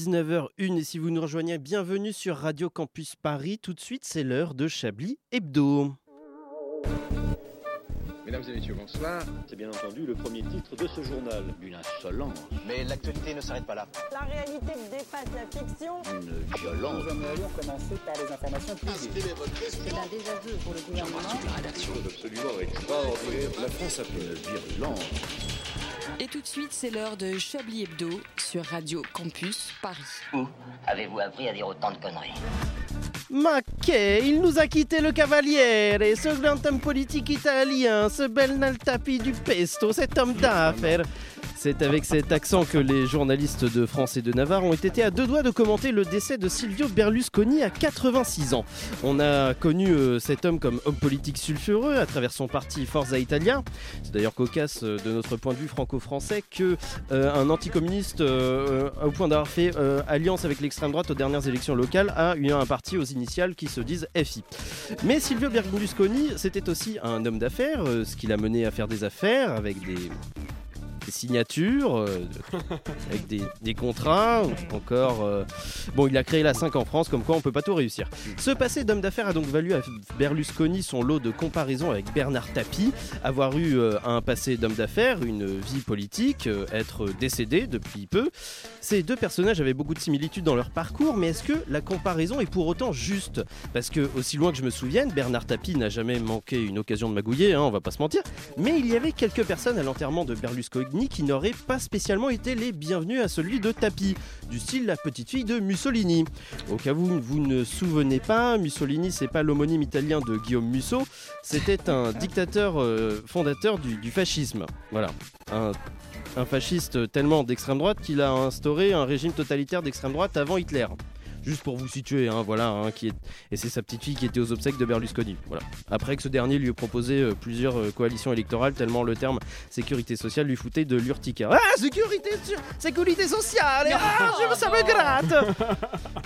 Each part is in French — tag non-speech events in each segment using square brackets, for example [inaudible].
19h01 et si vous nous rejoignez, bienvenue sur Radio Campus Paris. Tout de suite, c'est l'heure de Chablis Hebdo. Mesdames et messieurs, bonsoir. C'est bien entendu le premier titre de ce journal. Une insolence. Mais l'actualité ne s'arrête pas là. La réalité dépasse la fiction. Une violence. Nous allons commencer par les informations privées. C'est un désaveu pour le gouvernement. la rédaction. Absolument extraordinaire. La France a fait une virulence. Et tout de suite, c'est l'heure de Chablis Hebdo sur Radio Campus Paris. Où avez-vous appris à dire autant de conneries Maquet, il nous a quitté le cavalier et ce grand homme politique italien, ce bel Naltapi du Pesto, cet homme d'affaires. C'est avec cet accent que les journalistes de France et de Navarre ont été à deux doigts de commenter le décès de Silvio Berlusconi à 86 ans. On a connu euh, cet homme comme homme politique sulfureux à travers son parti Forza Italia. C'est d'ailleurs cocasse euh, de notre point de vue franco-français que euh, un anticommuniste euh, au point d'avoir fait euh, alliance avec l'extrême droite aux dernières élections locales a eu un parti aux initiales qui se disent FI. Mais Silvio Berlusconi, c'était aussi un homme d'affaires, euh, ce qui l'a mené à faire des affaires avec des des signatures, euh, avec des, des, contrats, encore. Euh... bon, il a créé la 5 en France, comme quoi on peut pas tout réussir. Ce passé d'homme d'affaires a donc valu à Berlusconi son lot de comparaisons avec Bernard Tapie, avoir eu euh, un passé d'homme d'affaires, une vie politique, euh, être décédé depuis peu. Ces deux personnages avaient beaucoup de similitudes dans leur parcours, mais est-ce que la comparaison est pour autant juste Parce que, aussi loin que je me souvienne, Bernard Tapie n'a jamais manqué une occasion de magouiller, hein, on va pas se mentir, mais il y avait quelques personnes à l'enterrement de Berlusconi qui n'auraient pas spécialement été les bienvenus à celui de Tapi, du style la petite fille de Mussolini. Au cas où vous ne souvenez pas, Mussolini c'est pas l'homonyme italien de Guillaume Musso, c'était un dictateur euh, fondateur du, du, fascisme. Voilà, un, un fasciste tellement d'extrême droite qu'il a instauré un régime totalitaire d'extrême droite avant Hitler juste pour vous situer, hein, voilà, hein, qui est... et c'est sa petite fille qui était aux obsèques de Berlusconi. Voilà. Après que ce dernier lui proposait euh, plusieurs euh, coalitions électorales, tellement le terme sécurité sociale lui foutait de l'urtica. Ah, sécurité, su... sécurité sociale, et ah, je, ça me gratte.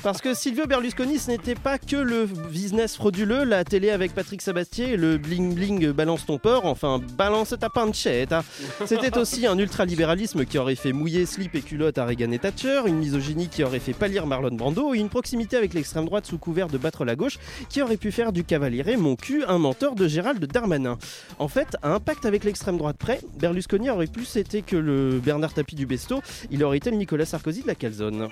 Parce que Silvio Berlusconi, ce n'était pas que le business frauduleux, la télé avec Patrick Sabatier, et le bling bling balance ton porc, enfin balance ta panchette. Hein. C'était aussi un ultralibéralisme qui aurait fait mouiller slip et culotte à Reagan et Thatcher, une misogynie qui aurait fait pâlir Marlon Brando, une une proximité avec l'extrême droite sous couvert de battre la gauche qui aurait pu faire du cavalier mon cul un mentor de Gérald Darmanin. En fait, à un pacte avec l'extrême droite près, Berlusconi aurait plus été que le Bernard Tapie du Besto, il aurait été le Nicolas Sarkozy de la calzone.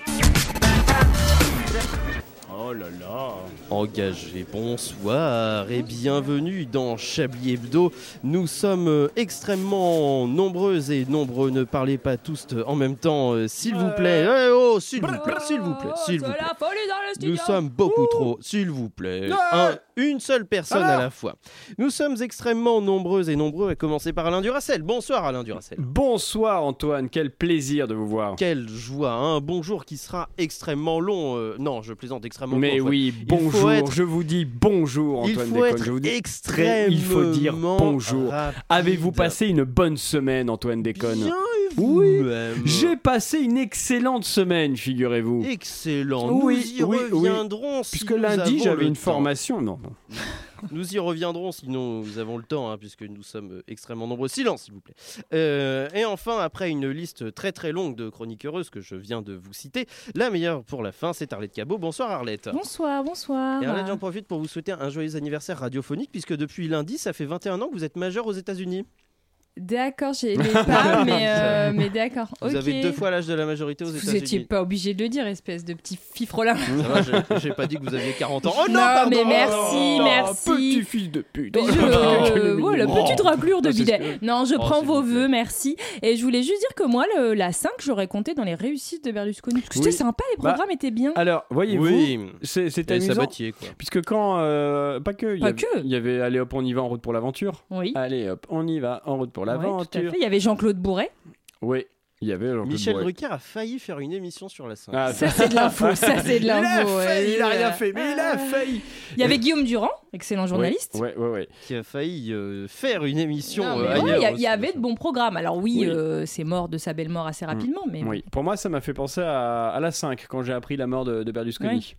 Oh là là Engagé, bonsoir et bienvenue dans Chablis Hebdo. Nous sommes euh, extrêmement nombreuses et nombreux, ne parlez pas tous euh, en même temps, s'il vous plaît. Eh oh, s'il vous plaît, s'il vous Oh, plaît, s'il vous plaît. Nous sommes beaucoup trop, s'il vous plaît. Un, une seule personne à la fois. Nous sommes extrêmement nombreuses et nombreux, à commencer par Alain Duracel. Bonsoir Alain Duracel. Bonsoir Antoine, quel plaisir de vous voir. Quelle joie, un bonjour qui sera extrêmement long. Euh, non, je plaisante extrêmement mais bon, oui, bonjour. Être... Je vous dis bonjour, Antoine il faut Déconne. Être je vous dis extrêmement Il faut dire bonjour. Avez-vous passé une bonne semaine, Antoine Déconne Bien oui, j'ai passé une excellente semaine, figurez-vous. Excellent. Nous oui, y oui, reviendrons. Oui. Si Puisque lundi, j'avais une temps. formation. Non, non. Nous y reviendrons sinon nous avons le temps, hein, puisque nous sommes extrêmement nombreux. Silence, s'il vous plaît. Euh, et enfin, après une liste très très longue de chroniques heureuses que je viens de vous citer, la meilleure pour la fin, c'est Arlette Cabot. Bonsoir Arlette. Bonsoir, bonsoir. Et Arlette, j'en profite pour vous souhaiter un joyeux anniversaire radiophonique, puisque depuis lundi, ça fait 21 ans que vous êtes majeur aux États-Unis. D'accord, j'ai [laughs] les pas, mais, euh, mais d'accord. Vous okay. avez deux fois l'âge de la majorité aux États-Unis. Vous n'étiez pas obligé de le dire, espèce de petit [laughs] fifrelin. Ça va, j'ai pas dit que vous aviez 40 ans. Oh non, non pardon, mais merci, oh, merci. Petit fils de [laughs] pute. Je, euh, voilà, petite raclure de bidet. Que... Non, je oh, prends vos vœux, merci. Et je voulais juste dire que moi, le, la 5, j'aurais compté dans les réussites de Berlusconi. Parce que c'était oui. sympa, les programmes bah, étaient bien. Alors, voyez-vous, oui. c'est amusant. Sabatier, quoi. Puisque quand, euh, pas que, il y avait Allez hop, on y va en route pour l'aventure. Oui. Allez hop, on y va en route pour l'aventure. Ouais, il y avait Jean-Claude Bourret. Oui. Il y avait Jean-Claude Michel Bourret. Drucker a failli faire une émission sur la 5. Ah. [laughs] Ah, ça, c'est de l'info, ça c'est de l'info. Il, a failli, il a rien fait, mais il a failli. Il y avait Guillaume Durand. excellent journaliste. Ouais, ouais, ouais. qui a failli euh, faire une émission Ah, Non, euh, mais ouais, ailleurs. il y a- il y, aussi. avait de bons programmes. Alors oui, Oui. Mm. euh, c'est mort de sa belle mort assez rapidement, mais Oui. Pour moi, ça m'a fait penser à, à la 5 quand j'ai appris la mort de, de Berlusconi.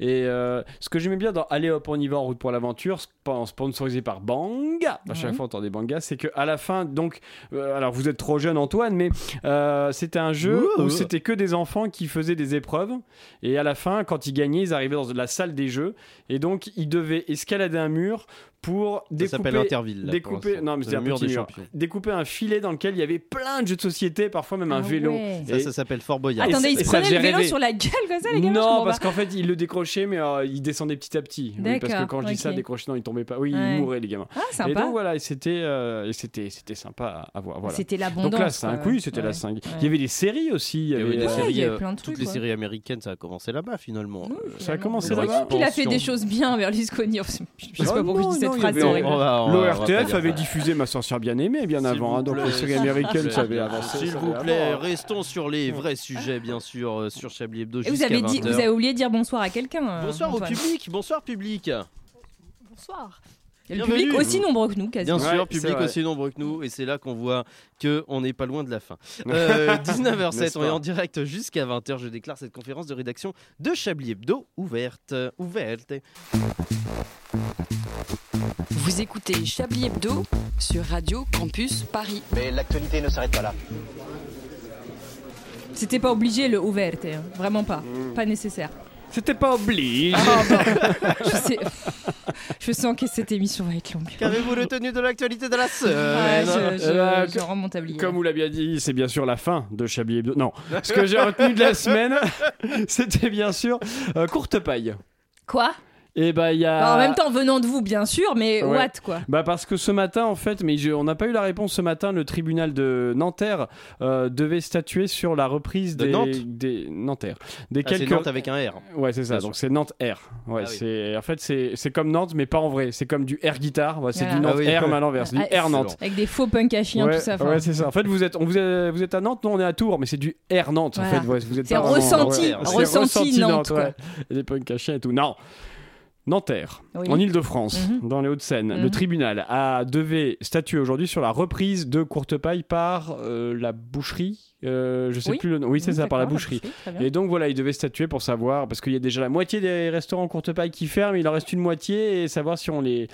Et euh, ce que j'aimais bien dans Allez hop, on y va en route pour l'aventure, sp- sponsorisé par Banga, à chaque Ouais. fois on entendait Banga, c'est que à la fin, donc, euh, alors vous êtes trop jeune Antoine, mais euh, c'était un jeu Ouh. où c'était que des enfants qui faisaient des épreuves. Et à la fin, quand ils gagnaient, ils arrivaient dans la salle des jeux. Et donc, ils devaient escalader un mur pour Ça s'appelle découper Interville. là, pour découper- l'instant. non, mais C'est c'est le un mur petit des mur. champions. découper un filet dans lequel il y avait plein de jeux de société, parfois même un Ah vélo. ouais. Ça, Et- ça s'appelle Fort Boyard. Ah, Attendez, Et il se ça prenait faisait le vélo rêver. sur la gueule comme ça, les gars je non, comprends parce pas. qu'en fait, il le décrochait, mais euh, il descendait petit à petit. Oui, parce que D'accord, quand je dis ça, ok. décrocher, non, il tombait pas. Oui, Ouais. il mourait, les gamins. Ah, Et sympa. donc voilà, et c'était, euh, et c'était, c'était sympa à voir. Voilà. C'était l'abondance. Donc là, c'est un quoi. coup, c'était Ouais. la 5. Il y avait des séries aussi. il y Il y avait, avait des euh, Ouais, il séries, y avait euh, plein de trucs, toutes les ouais. séries américaines, ça a commencé là-bas finalement. Oui, Euh, Ça a commencé finalement. là-bas. Puis il a fait des choses bien, Berlusconi. Je sais pas Oh pourquoi je non, dis cette non, il y phrase, avait- c'est horrible. on va- on va- on va pas L'ORTF dire avait ça. diffusé Ma sorcière bien-aimée bien S'il avant. vous hein, donc plaît. les séries américaines, ça avait avancé. S'il ça vous avait plaît, avancé. restons sur les vrais sujets, bien sûr, euh, sur Chablis Hebdo. Et vous jusqu'à avez, dit, 20. vous avez oublié de dire bonsoir à quelqu'un. euh, Bonsoir au Antoine. public, bonsoir public. Bonsoir. Il y a Le Bienvenue. public aussi nombreux que nous, Bien quasiment. Ouais, sûr, c'est public vrai. aussi nombreux que nous, et c'est là qu'on voit que on n'est pas loin de la [laughs] fin. Euh, 19h07, N'est-ce on est pas en direct jusqu'à 20h. Je déclare cette conférence de rédaction de Chablis Hebdo ouverte, euh, ouverte. Vous écoutez Chablis Hebdo sur Radio Campus Paris. Mais l'actualité ne s'arrête pas là. C'était pas obligé le ouverte, hein. vraiment pas. Pas nécessaire. C'était pas obligé. Ah, [laughs] bah, Je, sais- je sens que cette émission va être longue. Qu'avez-vous retenu de l'actualité de la Ouais, semaine Ah, je, je- euh, je rends mon tablier. Comme vous l'a bien dit, c'est bien sûr la fin de Chablis Hebdo. Non, ce que j'ai retenu [laughs] de la semaine, [laughs] c'était bien sûr euh, Courte Paille. Quoi Et bah il y a. Bah, En même temps, venant de vous, bien sûr, mais Ouais. what quoi Bah parce que ce matin en fait, mais je- on n'a pas eu la réponse ce matin. Le tribunal de Nanterre euh, devait statuer sur la reprise De des Nantes des Nanterre, des Ah, c'est quelques. Nantes avec un R. Ouais c'est ça. Bien Donc c'est Nantes Air. Ouais Ah oui. c'est en fait c'est c'est comme Nantes mais pas en vrai. C'est comme du air guitare. Ouais, c'est Voilà. du Nantes Ah oui. [laughs] Air mais à l'envers. C'est du Ah, Air Nantes. Avec des faux punks à chiens, ouais, tout ça. enfin, ouais, c'est ça. En fait, vous êtes, on vous est- vous êtes à Nantes, non, on est à Tours, mais c'est du Air Nantes. Voilà. En fait, Ouais, vous êtes C'est pas vraiment- ressenti, ouais, c'est ressenti Nantes, quoi. ouais. Et Des punks cachés et tout. Non. Nanterre, Oui. en Ile-de-France, Mhm. dans les Hauts-de-Seine, Mhm. le tribunal a devait statuer aujourd'hui sur la reprise de Courte Paille par euh, la boucherie. Euh, je sais Oui. plus le nom. Oui, c'est ça, par la d'accord, bah, boucherie. très bien. Et donc voilà, il devait statuer pour savoir, parce qu'il y a déjà la moitié des restaurants courte paille qui ferment, il en reste une moitié, et savoir si on les,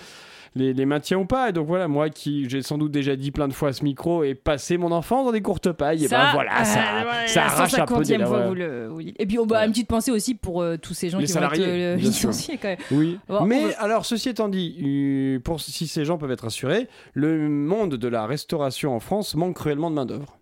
les, les maintient ou pas. Et donc voilà, moi qui j'ai sans doute déjà dit plein de fois à ce micro, et passé mon enfant dans des courtes pailles, et ben voilà, ça, euh, voilà, ça la arrache un peu des 150e fois, ouais. vous le- vous le- Et puis, on bah, Ouais. une petite pensée aussi pour euh, tous ces gens Les qui vont être salariés, euh, bien sûr. licenciés quand même. Oui. Bon, Mais on va- alors, ceci étant dit, euh, pour, si ces gens peuvent être assurés, le monde de la restauration en France manque cruellement de main-d'œuvre.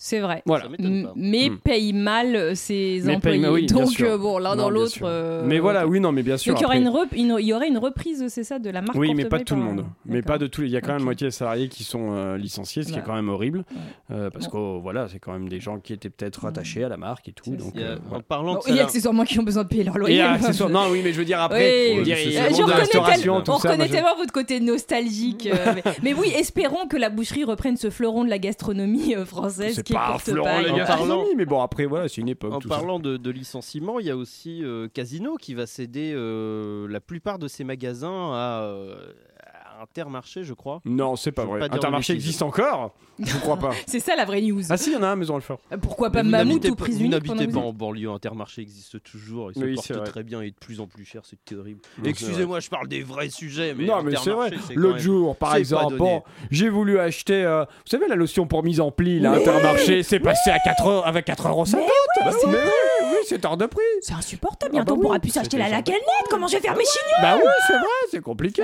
C'est vrai. Voilà. Ça m'étonne M- pas. Mais Mm. paye mal ses Mais paye employés. mal, oui, bien Donc, sûr. euh, bon, l'un Non, dans bien l'autre. sûr. euh, mais voilà, ok. oui, non, mais bien sûr. Donc, il y, aura après- une rep- une- il y aurait une reprise, c'est ça, de la marque Oui, mais pas euh, Courtepaille tout le par- monde. Mais D'accord. pas de tous les. Il y a quand même Ok. la moitié des salariés qui sont euh, licenciés, ce qui Bah. est quand même horrible, Ouais. euh, parce que voilà, c'est quand même des gens qui étaient peut-être Ouais. attachés à la marque et tout. C'est Donc, Il y a- euh, En voilà. parlant Bon, de Il y a salaire- accessoirement qui ont besoin de payer leur loyer. Et quoi. accessoires- non, oui, mais je veux dire Oui, après, oui, il y a- oui, il y c'est a Euh, le je monde de reconnais l'instauration, tel- tout on ça. moi, reconnaît je- tellement votre côté nostalgique. euh, mais, mais oui, espérons que la boucherie reprenne ce fleuron de la gastronomie euh, française C'est qui pas porte Florent la En gastronomie, parlant- mais bon, après, voilà, c'est une époque. En tout ça. parlant de, de licenciement, il y a aussi euh, Casino qui va céder euh, la plupart de ses magasins à, euh, à Intermarché, je crois. Non, c'est pas Je veux vrai. pas dire de Intermarché bêtises. existe encore Je crois pas. [laughs] C'est ça la vraie news. [laughs] Ah si, il y en a à Maison Alfort. Pourquoi pas Mais vous Mammouth n'habitez ou pas- Prise Vous Unique n'habitez pas pendant que vous- en banlieue, Intermarché existe toujours, ils Oui, se c'est portent vrai. très bien et de plus en plus cher, c'est terrible. Non, c'est Excusez-moi, je parle des vrais sujets, mais non, mais c'est vrai. Intermarché, c'est quand L'autre même- jour, par c'est pas exemple, donné. bon, j'ai voulu acheter, euh, vous savez, la lotion pour mise en pli, là, Oui, Intermarché, c'est passé à 4 euros, avec 4,50€. Bah oui, mais oui, oui, c'est hors de prix. C'est insupportable. Ah bah Bientôt, on oui, pourra plus c'est acheter la déjà- lacalette. Comment je vais faire mes chignons Bah oui, c'est vrai, c'est compliqué.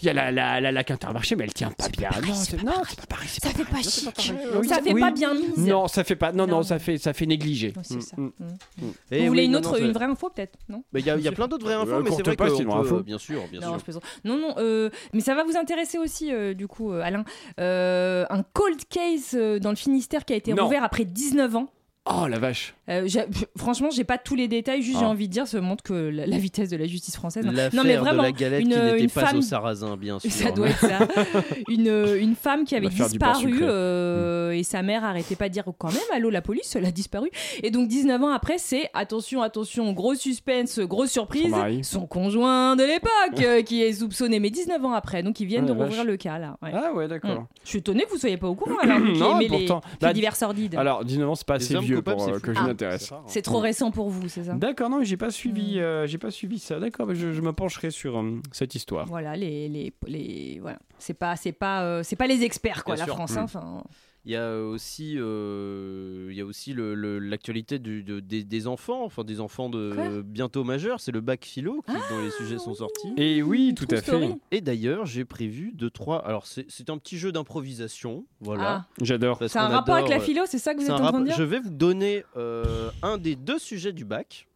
Il y a la, la, la laque Intermarché, mais elle tient pas bien. non, c'est non, c'est pas pareil. c'est Ça pas fait pareil, pas c'est chic. pareil. Oui, Ça fait oui. pas bien mise. Non, ça fait pas. Non, non, Non. ça fait, ça fait négligé. Oh, c'est ça. Mm, mm. Mm. Eh Vous oui, voulez une non, autre, non, une c'est- vraie info peut-être Non Mais Il y, a- il y a plein d'autres vraies infos, Euh, mais c'est courte vrai que. paille, c'est une vraie info. bien sûr, bien non, sûr. je plaisante. non, non, euh, mais ça va vous intéresser aussi, euh, du coup, euh, Alain. Euh, un cold case euh, dans le Finistère qui a été Non. rouvert après 19 ans. Oh la vache Euh, j'ai- pff, franchement, j'ai pas tous les détails, juste Ah. j'ai envie de dire, ça montre que la, la vitesse de la justice française. non. L'affaire Non, mais de vraiment, la galette une- euh, qui n'était une pas femme- au sarrasin, bien sûr. [laughs] hein. Ça doit être ça. [laughs] une, euh, une femme qui avait L'affaire du beurre disparu sucré. Mm. euh, et sa mère arrêtait pas de dire quand même allô la police, elle a disparu. Et donc 19 ans après, c'est attention, attention, gros suspense, grosse surprise, Son mari. conjoint de [laughs] l'époque euh, qui est soupçonné. Mais 19 ans après, donc ils viennent Ah, de la rouvrir vache. le cas là. ouais. Ah ouais, d'accord. Mm. Je suis étonnée que vous soyez pas au courant [clears throat] alors, vous qui Non, aimez les pourtant. faits Bah, divers sordides. Alors, 19 ans, c'est pas assez hommes vieux coupables, pour c'est euh, fou. que je Ah. m'intéresse. C'est trop récent pour vous, c'est ça D'accord, non, mais j'ai pas suivi, euh, j'ai pas suivi ça. D'accord, bah, je, je me pencherai sur euh, cette histoire. Voilà, les, les, les- voilà. c'est pas, c'est pas, euh, c'est pas les experts quoi, Bien la sûr. Mmh. France. Mm. hein, enfin. Il y a aussi, euh, il y a aussi le- le- l'actualité du- de- des, des enfants, enfin des enfants de Quoi Ah, bientôt majeurs. C'est le bac philo qui, dont les sujets sont sortis. Et oui, tout True à fait. story. Et d'ailleurs, j'ai prévu deux trois. Alors c'est c'est un petit jeu d'improvisation, voilà. J'adore. parce Ah, C'est un qu'on rapport avec adore, la euh, philo, c'est ça que vous c'est êtes un en rap- train de dire Je vais vous donner euh, un des deux sujets du bac.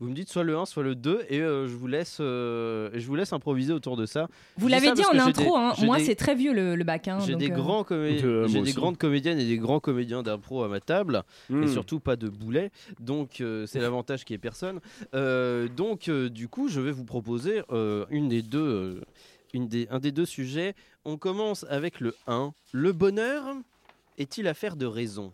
Vous me dites soit le 1, soit le 2, et euh, je, vous laisse, euh, je vous laisse improviser autour de ça. Vous dis l'avez ça dit parce en que j'ai intro, des- hein. j'ai moi des- c'est très vieux le, le bac. hein, J'ai donc, des, euh, grands [laughs] comé- Euh, moi j'ai des aussi. grandes comédiennes et des grands comédiens d'impro à ma table. Mm. et surtout pas de boulet. Donc euh, [laughs] c'est l'avantage qui est personne. Euh, donc euh, du coup, je vais vous proposer euh, une des deux, euh, une des, un des deux sujets. On commence avec le 1. Le bonheur est-il affaire de raison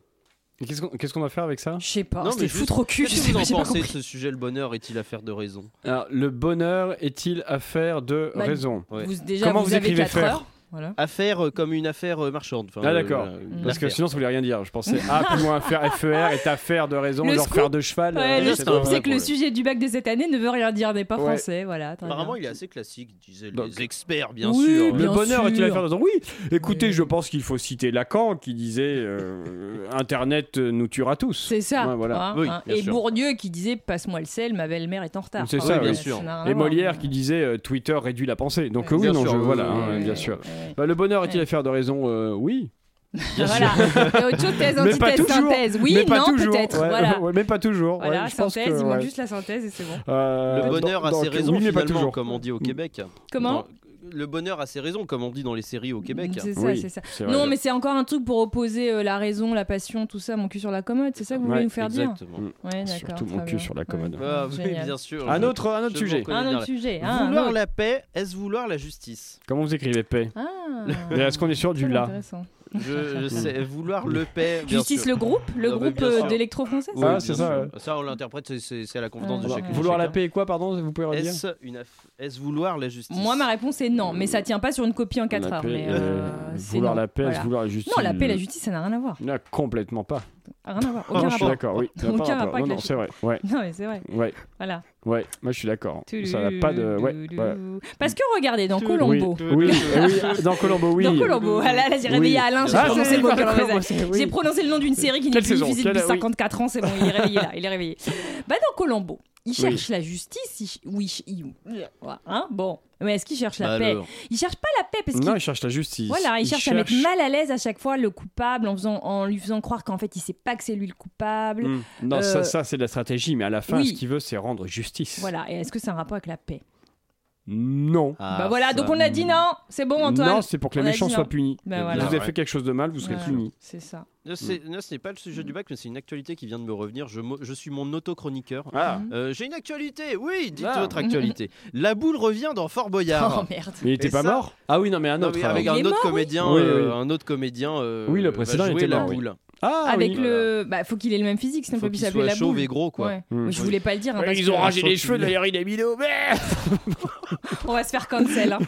Et Qu'est-ce qu'on qu'est-ce qu'on va faire avec ça Je sais pas, Non, mais c'était juste- foutre au cul, je Qu'est-ce que sais vous pas, en j'ai pas pensez de compris. ce sujet Le bonheur est-il affaire de raison Alors, le bonheur est-il affaire de Bah, raison Ouais. Vous, déjà, Comment vous, vous avez écrivez 4 faire heures. Voilà. Affaire euh, comme une affaire euh, marchande. Enfin, Ah, euh, d'accord. voilà, une Parce que affaire. sinon, ça voulait rien dire. Je pensais A plus loin faire FER est affaire de raison, Le genre scoop. faire de cheval. Ouais, euh, le c'est scoop, un vrai c'est que le problème. sujet du bac de cette année ne veut rien dire, n'est pas Ouais. français, voilà. très bien. Apparemment, il est assez classique, disaient Donc- les experts, bien Oui, sûr. Le Bien bonheur est-il sûr. affaire de raison Oui, écoutez, Mais- je pense qu'il faut citer Lacan qui disait euh, Internet euh, nous tuera tous. C'est ça. Ouais, voilà. hein, Oui, hein. bien Et sûr. Bourdieu qui disait Passe-moi le sel, ma belle-mère est en retard. C'est Enfin, ça, ouais, bah, bien sûr. n'a rien à Et voir. Molière qui disait euh, Twitter réduit la pensée. Donc Ouais. euh, oui, Bien non, sûr, je, oui, voilà, oui, hein, oui, bien oui. sûr. Ouais. Bah, le bonheur est-il Ouais. affaire de raison Euh, Oui. Voilà. [laughs] Et autothèse, Mais pas antithèse, toujours. synthèse. Oui, mais pas non, toujours. peut-être. Ouais, Voilà. [laughs] ouais, mais pas toujours. Ouais, Voilà, je pense synthèse, que, il ouais. manque juste la synthèse et c'est bon. Euh, Le bonheur a donc, ses raisons, oui, mais pas finalement, toujours. Mm. comme on dit au Québec. Comment Dans- Le bonheur a ses raisons, comme on dit dans les séries au Québec. hein. C'est ça, Oui, c'est ça. c'est vrai. Non, mais c'est encore un truc pour opposer euh, la raison, la passion, tout ça, mon cul sur la commode, c'est ça que vous Ouais, voulez nous faire dire Exactement. Ouais, d'accord. Surtout mon très cul bien. sur la Ouais. commode. Ah, oui, Génial. bien sûr. Un Je- autre, un je autre vous sujet. reconnais Un bien autre là. sujet. hein, Vouloir un autre. la paix, est-ce vouloir la justice Comment vous écrivez paix Ah. Mais Est-ce qu'on est sûr du Très là intéressant. je, [laughs] je sais, vouloir le paix. bien Justice sûr. le groupe, le Ah, bah, groupe bien euh, sûr. d'électro-français Oui, Ah, bien c'est sûr. ça, ouais. Ça, on l'interprète, c'est- c'est c'est à la confidence Ouais. de Vouloir- chacun. Vouloir la paix et quoi, pardon Vous pouvez redire Est-ce une aff- est-ce vouloir la justice Moi, ma réponse est non, mais ça tient pas sur une copie en 4 Euh, La heures. paix, mais, euh, euh, c'est Vouloir non. la paix, Voilà. vouloir la justice. Non, la paix, la justice, ça n'a rien à voir. Non, complètement pas. Rien à voir. Non, Aucun Ah, je suis rapport. d'accord, oui. Ça n'a Aucun pas rapport. rapport avec Non, la non, c'est vrai. Ouais, Non, mais c'est vrai. ouais, Voilà. ouais. Moi, je suis d'accord. Ça n'a pas de. Ouais, voilà. Parce que regardez, dans Colombo. Oui, oui, eh oui, dans Colombo, oui. Dans Colombo, ah là, là, j'ai Oui. réveillé Alain, j'ai Ah, prononcé c'est- le mot pardon, Colombo. moi, c'est- oui. J'ai prononcé le nom d'une série qui n'est Quelle plus saison diffusée Quelle- depuis oui. 54 ans, c'est bon, il est réveillé là, il est réveillé. Bah dans Colombo, il cherche la justice, il... ch- oui, il... hein, bon, mais est-ce qu'il cherche Bah, la paix Alors, Il cherche pas la paix parce Non, qu'il il cherche la justice. voilà, il, cherche, à mettre mal à l'aise à chaque fois le coupable en, faisant, en lui faisant croire qu'en fait il sait pas que c'est lui le coupable. Mm. Non, Euh, ça, ça c'est de la stratégie, mais à la fin, oui. ce qu'il veut, c'est rendre justice. Voilà, et est-ce que c'est un rapport avec la paix Non. ah, Bah voilà, ça. donc on l'a dit non, c'est bon Antoine Non, c'est pour que les On a méchants dit, soient hein. punis. Ben Vous voilà. avez Ouais. fait quelque chose de mal, vous serez Voilà, punis. C'est ça. Non, c'est- non, ce n'est pas le sujet du bac, mais c'est une actualité qui vient de me revenir. Je, mo- je suis mon auto-chroniqueur. Ah, Euh, J'ai une actualité, oui, dites Ah. votre actualité. La boule revient dans Fort [laughs] Oh Boyard. merde. mais il était Et pas ça- mort Ah oui, non, mais un Non, autre. mais alors. avec Il un est autre, mort, oui. comédien, Oui, euh, oui. un autre comédien. euh, Oui, le va précédent jouer était la mort, oui. boule. Ah, avec oui. le. Bah, faut qu'il ait le même physique, sinon Faut il peut plus qu'il s'appeler soit la chauve boule. et gros, quoi. Ouais. Mm. Mais Je voulais pas le dire. hein, Ouais, parce Ils ont que rangé les Sauf cheveux, qu'il- d'ailleurs, il est minot. mais- On va se faire cancel. hein.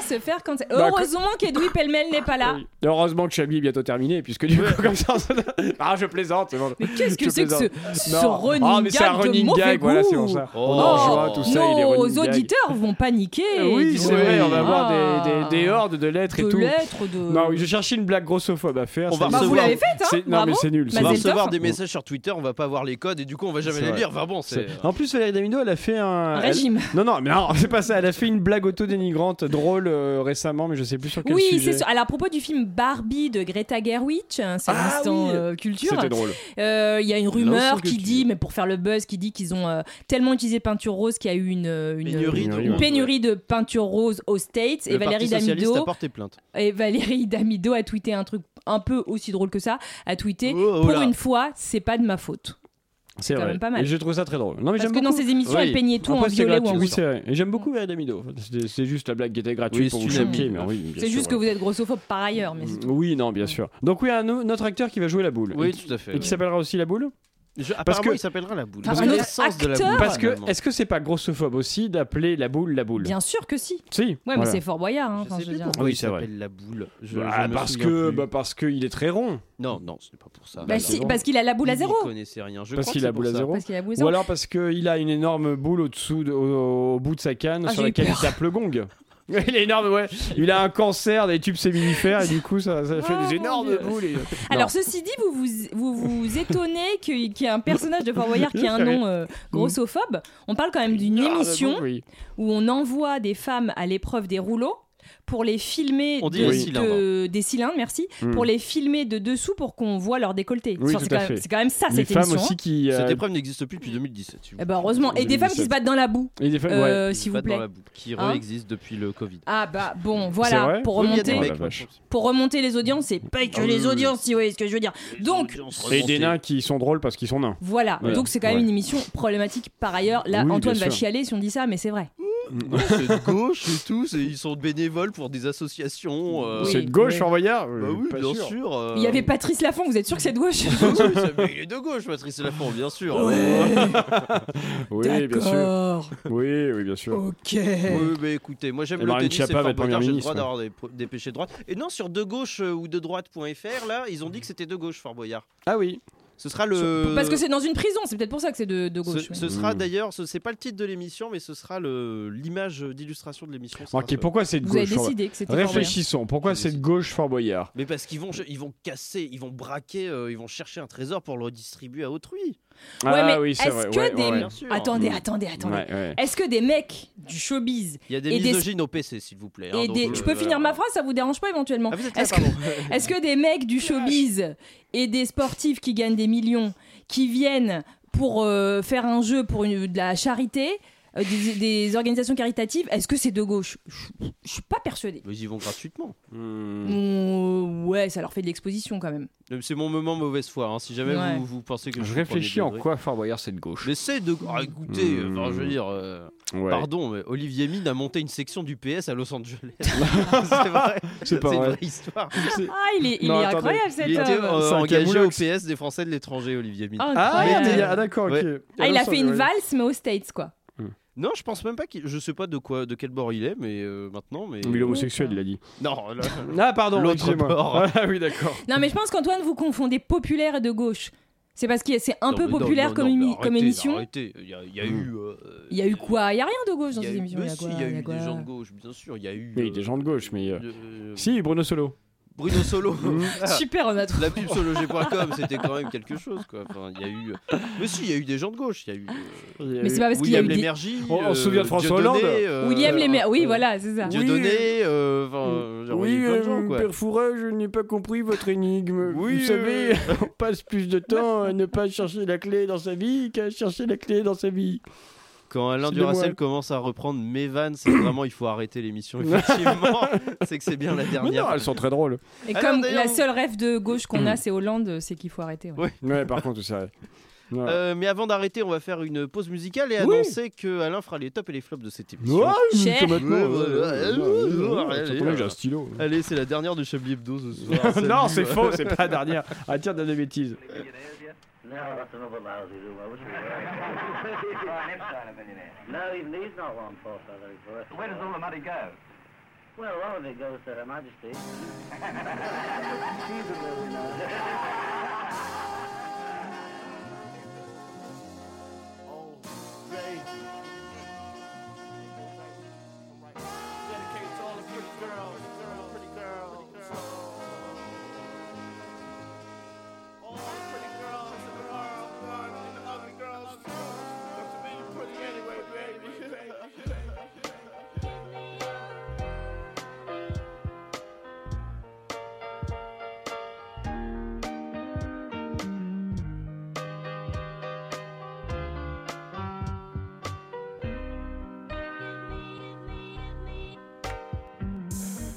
On va se faire cancel. Bah, Heureusement qu'Edoui Pellemel n'est pas [laughs] là. Oui. Heureusement que Chablis est bientôt terminé, puisque du coup, comme ça. ça- Ah, je plaisante. c'est bon. Mais qu'est-ce que Je c'est que ce, plaisante. ce Non. running Ah, mais c'est gag un de running mauvais gag, goût voilà, c'est pour ça. On en Oh, joue un, tout ça, il est nos running gag. auditeurs vont paniquer. [laughs] Oui, Ils c'est vont- vrai, on va avoir Ah. des, des- des hordes de lettres euh. de et tout. lettres, de. Non, oui, je cherchais une blague grossophobe à faire. On ça va y est. Bah, vous recevoir- l'avez faite, hein C'est- Non, mais Bravo. c'est nul. Mais Bah, c'est On va Mazel nul. tov. recevoir des messages sur Twitter, on va pas voir les codes et du coup on va jamais C'est les vrai. lire. Enfin bon, c'est. C'est- En plus, Valérie Damido, elle a fait un. Un elle- régime. Non, non, mais non, [laughs] c'est pas ça. Elle a fait une blague auto-dénigrante drôle euh, récemment, mais je sais plus sur quel Oui, sujet. c'est sûr. Alors, à propos du film Barbie de Greta Gerwig, hein, c'est Ah l'instant oui. euh, culture. C'était drôle. Euh, Il y a une L'instant rumeur qui culture. dit, mais pour faire le buzz, qui dit qu'ils ont euh, tellement utilisé peinture rose qu'il y a eu une, euh, une- Pénurie, une de- une pénurie de peinture rose aux States. Le et Parti Valérie socialiste a Damido, porté plainte. et Valérie Damido a tweeté un truc un peu aussi drôle que ça. a tweeté Oh, oh Pour là. une fois, c'est pas de ma faute. C'est quand vrai. même pas mal. Et j'ai trouvé ça très drôle. Non, mais Parce j'aime que dans beaucoup. ses émissions, Oui. elle peignait tout en Après, c'était violet ou en gratuit. Oui, rouge. c'est vrai. Et j'aime beaucoup Verdamido. C'est- C'est juste la blague qui était gratuite Oui, pour c'est vous une choquer, amie. mais oui, bien C'est sûr, Mm, juste que vous êtes grossophobe par ailleurs, mais c'est tout. Oui, non, bien sûr. Donc oui, un autre acteur qui va jouer la boule. Oui, Et- tout à fait. Et qui s'appellera aussi la boule Je- apparemment, que- il s'appellera la boule. Parce Parce que- que l'essence de la acteur- boule. Parce que, finalement. est-ce que c'est pas grossophobe aussi d'appeler la boule la boule Bien sûr que si. Si. Ouais, mais voilà. c'est Fort Boyard. hein, enfin, je sais je veux plus dire. pourquoi Oui, il c'est vrai. s'appelle la boule. Je- Bah, je me parce souviens que plus. bah, parce qu'il est très rond. Non, non, c'est pas pour ça. Bah si, parce qu'il a la boule à zéro. Je connaissais rien. Je Parce crois qu'il que a c'est pour boule à ça. zéro. Parce qu'il a la boule à Ou zéro. alors parce qu'il a une énorme boule au-dessous, de- au, au bout de sa canne, Ah, j'ai sur eu laquelle il peur. tape le gong. [laughs] Il est énorme, ouais. Il a un cancer des tubes séminifères et du coup, ça, ça fait Oh, mon des énormes Dieu. boules. et- Alors, ceci dit, vous vous, vous, [laughs] vous étonnez que- qu'il y ait un personnage de Fort Boyard qui a un nom euh, grossophobe. On parle quand même d'une Énorme émission boule, oui. où on envoie des femmes à l'épreuve des rouleaux pour les filmer On dit de- les cylindres. de- des cylindres, merci, Mm. pour les filmer de dessous pour qu'on voit leur décolleté. Oui, Enfin, tout c'est, à quand même, fait. c'est quand même ça les cette femmes émission. aussi hein. qui. euh, Cette éprove n'existe plus depuis 2017. tu vois. Eh ben, heureusement. Et des femmes qui se battent dans la boue, et des femmes- ouais. euh, Ils se s'il vous battent dans plaît. la boue, Qui Hein réexiste depuis le Covid. Ah bah bon, C'est voilà, vrai pour Oui, il y a remonter, des Oh la mecs, vache. maintenant. pour remonter les audiences, c'est pas que les audiences, si vous voyez ce que je veux dire. Donc, Et des nains qui sont drôles parce qu'ils sont nains. Voilà, Voilà. donc c'est quand même Ouais. une émission problématique par ailleurs. Là, Oui, Antoine bien va sûr. chialer si on dit ça, mais c'est vrai. Ouais, c'est de gauche et tout. c'est- Ils sont bénévoles pour des associations. euh, Oui. C'est de gauche, Fort Boyard Bah oui, Pas bien sûr. euh, Il y avait Patrice Laffont, vous êtes sûr que c'est de gauche [laughs] Oui, ça- mais il est de gauche, Patrice Lafont, bien sûr. Oui, bien sûr. Oui, oui, bien sûr. ok. Oui, mais écoutez, moi j'aime Et le Marine tennis, c'est Schiappa va être Fort Boyard, première j'ai le ministre, droit d'avoir des, des péchés de droite. Et non, sur de gauche euh, ou de droite.fr, là, ils ont dit que c'était de gauche, Fort Boyard. Ah oui. Ce sera le. Parce que c'est dans une prison, c'est peut-être pour ça que c'est de, de gauche. Ce, mais- ce sera Mm. d'ailleurs, ce c'est pas le titre de l'émission, mais ce sera le l'image d'illustration de l'émission. sera Ok, ça. pourquoi c'est de Vous avez gauche Fort Boyard décidé hein. que c'était pas vrai. Réfléchissons. Pourquoi c'est de gauche Fort Boyard Mais parce qu'ils vont, ils vont casser, ils vont braquer, euh, ils vont chercher un trésor pour le redistribuer à autrui. Ouais, mais Ah oui, c'est est-ce vrai. que ouais, des... ouais, ouais. Bien sûr. hein. Attendez, Mm. attendez, attendez. Ouais, ouais. Est-ce que des mecs du showbiz Il y a des Et des- misogynes au PC, s'il vous plaît. hein, et donc, des... euh, Je peux finir ma voilà. phrase, ça vous dérange pas éventuellement Ah, vous êtes là, Est-ce que- pardon. Est-ce que des mecs du showbiz et des sportifs qui gagnent des millions, qui viennent pour euh, faire un jeu pour une, de la charité, euh, des, des organisations caritatives, est-ce que c'est de gauche Je je suis pas persuadée. Mais ils y vont gratuitement. Hmm. Mmh, ouais, ça leur fait de l'exposition quand même. Euh, C'est mon moment mauvaise foi. hein, Si jamais Ouais. vous, vous pensez que je, Je suis au premier réfléchis en degré. quoi Fort Boyard c'est de gauche. Mais c'est de. Ah, écoutez, Mm. enfin, je veux dire. euh, Ouais. Pardon, mais Olivier Mine a monté une section du PS à Los [laughs] Angeles. c'est vrai. C'est pas une vrai. vraie histoire. Ah, il est, il Non, est attendez. incroyable cet Il était homme. euh, C'est un engagé au camoulox. PS des Français de l'étranger, Olivier Mine. Oh. Ah, Incroyable. il y a- ah, d'accord, ok. Ah, il a ça, fait une ouais. valse mais aux States quoi. Non, je pense même pas qu'il. Je sais pas de quoi, de quel bord il est, mais euh, maintenant, mais. Il est homosexuel, il a dit. Non, là- Ah, pardon, L'autre excusez-moi. bord. Ah, oui, d'accord. Non mais je pense qu'Antoine vous confondez populaire et de gauche. C'est parce que c'est un non, peu mais non, populaire non, comme, non, émi- mais arrêtez, comme émission. Arrêtez, il y a, il y a eu. euh, Il y a eu quoi Il y a rien de gauche Il dans y a ces eu- émissions. mais il y a si, quoi il y a Il y a eu quoi des gens de gauche, bien sûr. Il y a eu. Oui, des gens de gauche, mais, euh, euh, [laughs] Si, Mmh. Bruno Solo. Bruno [laughs] Solo. Ah, Super, on a trouvé. La pub sologer.com, c'était quand même quelque chose, quoi. Enfin, il y a eu. euh, Mais si, il y a eu des gens de gauche. Il y a eu. euh, Mais c'est pas Ah, parce qu'il y a William eu des... Lémergie. On- on se souvient de François Dieudonné, Hollande. euh, William les mères. Oui, voilà, c'est ça. Dieu- Dieudonné, euh, enfin, euh, genre, il y a eu plein de gens, quoi. Fourage, je n'ai pas compris votre énigme. Oui, euh. on passe plus de temps à ne pas chercher la clé dans sa vie qu'à chercher la clé dans sa vie. Quand Alain Excusez-moi. Duracell commence à reprendre mes vannes, c'est vraiment il faut arrêter [laughs] l'émission. Effectivement, c'est que c'est bien la Mais non, dernière. elles sont très drôles. Et Alors, comme d'ailleurs, la on- seule rêve de gauche Hmm. qu'on a, c'est Hollande, c'est qu'il faut arrêter. ouais. Ouais. Ouais, par contre, c'est vrai. Ouais. Euh, mais avant d'arrêter, on va faire une pause musicale et Oui. annoncer que Alain fera les tops et les flops de cette émission. Ouais, Cher. c'est maintenant, Ouais, ouais, ouais, ouais, ouais, ouais, ouais, ouais, ouais, ça ouais, tombe bien que ouais. j'ai un stylo. Allez, c'est la dernière du Chablis Hebdo ce soir. Salut. [laughs] non, c'est faux, c'est pas la dernière. Ah, tiens, de bêtises. No, that's another lousy room. I wish we were. I'm not a millionaire. No, even he's not one fourth of it for us. Where does all the money go? Well, a lot of it goes to Her Majesty. She's a millionaire.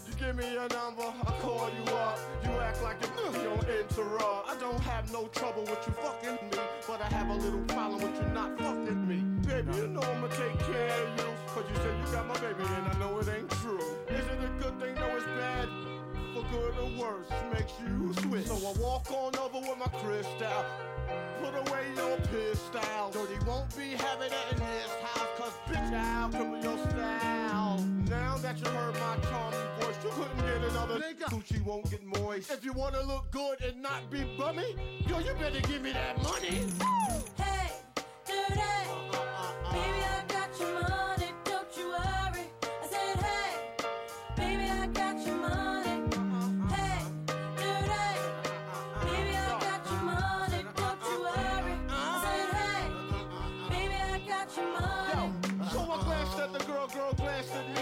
You give me your number, I call you up. You back like a million into raw. I don't have no trouble with you fucking me, but I have a little problem with you not fucking me. Baby, you know I'ma take care of you, cause you said you got my baby and I know it ain't true. Is it a good thing? No, it's bad. For good or worse, makes you switch. So I walk on over with my crystal. Put away your pistol. Dirty won't be having it in his house, cause bitch, I'll cripple your style. Now that you heard my charming voice, you couldn't get another nigga. Gucci won't get moist. If you wanna look good and not be bummy, yo, you better give me that money. Uh, Hey, dirty. Baby, I got your money, don't you worry. I said, hey, baby, I got your money. Hey, dirty. Baby, I got your money, don't you worry. I said, hey, uh, baby, I got your money. So I glanced at the girl, girl glanced at me.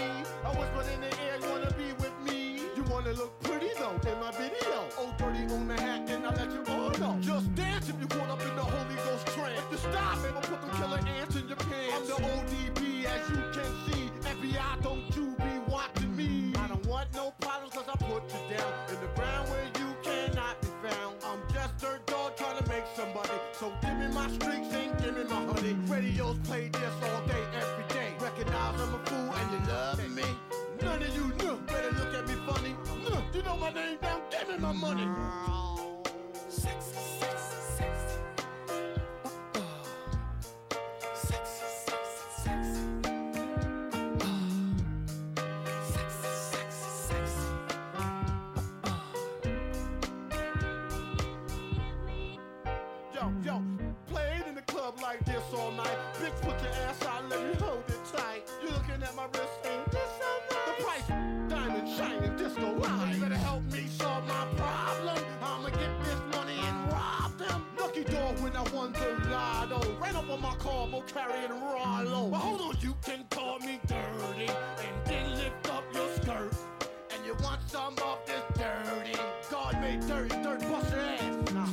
I whispered in the air, you wanna be with me? You wanna look pretty though in my video. Oh, dirty on the hat, and I let you all know. Just dance if you caught up in the Holy Ghost trance. If you stop, I'ma put them killer ants in your pants. I'm the ODB, as you can see. FBI, don't you be watching me. I don't want no problems, cause I put you down in the ground where you cannot be found. I'm just dirt dog trying to make somebody. So give me my streaks and give me my honey. Radios play this all day, every day. Recognize I'm a fool and you love me. None of you know, better look at me funny. Nuh, You know my name now, give me my money. Sexy, sexy, sexy. Sexy, sexy, sexy. Sexy, sexy, sexy. Yo, yo, playing in the club like this all night. Bitch, put your ass out, let me hold it tight. You looking at my wrist, ain't this so nice? The price, diamond shining disco line. You better help me solve my problem. I'ma get this money and rob them. Lucky dog when I won the lotto. Ran up on my Carbo carrying Rollo. But hold on, you can call me dirty. And then lift up your skirt. And you want some of this dirty. God made dirty, dirt bust your ass.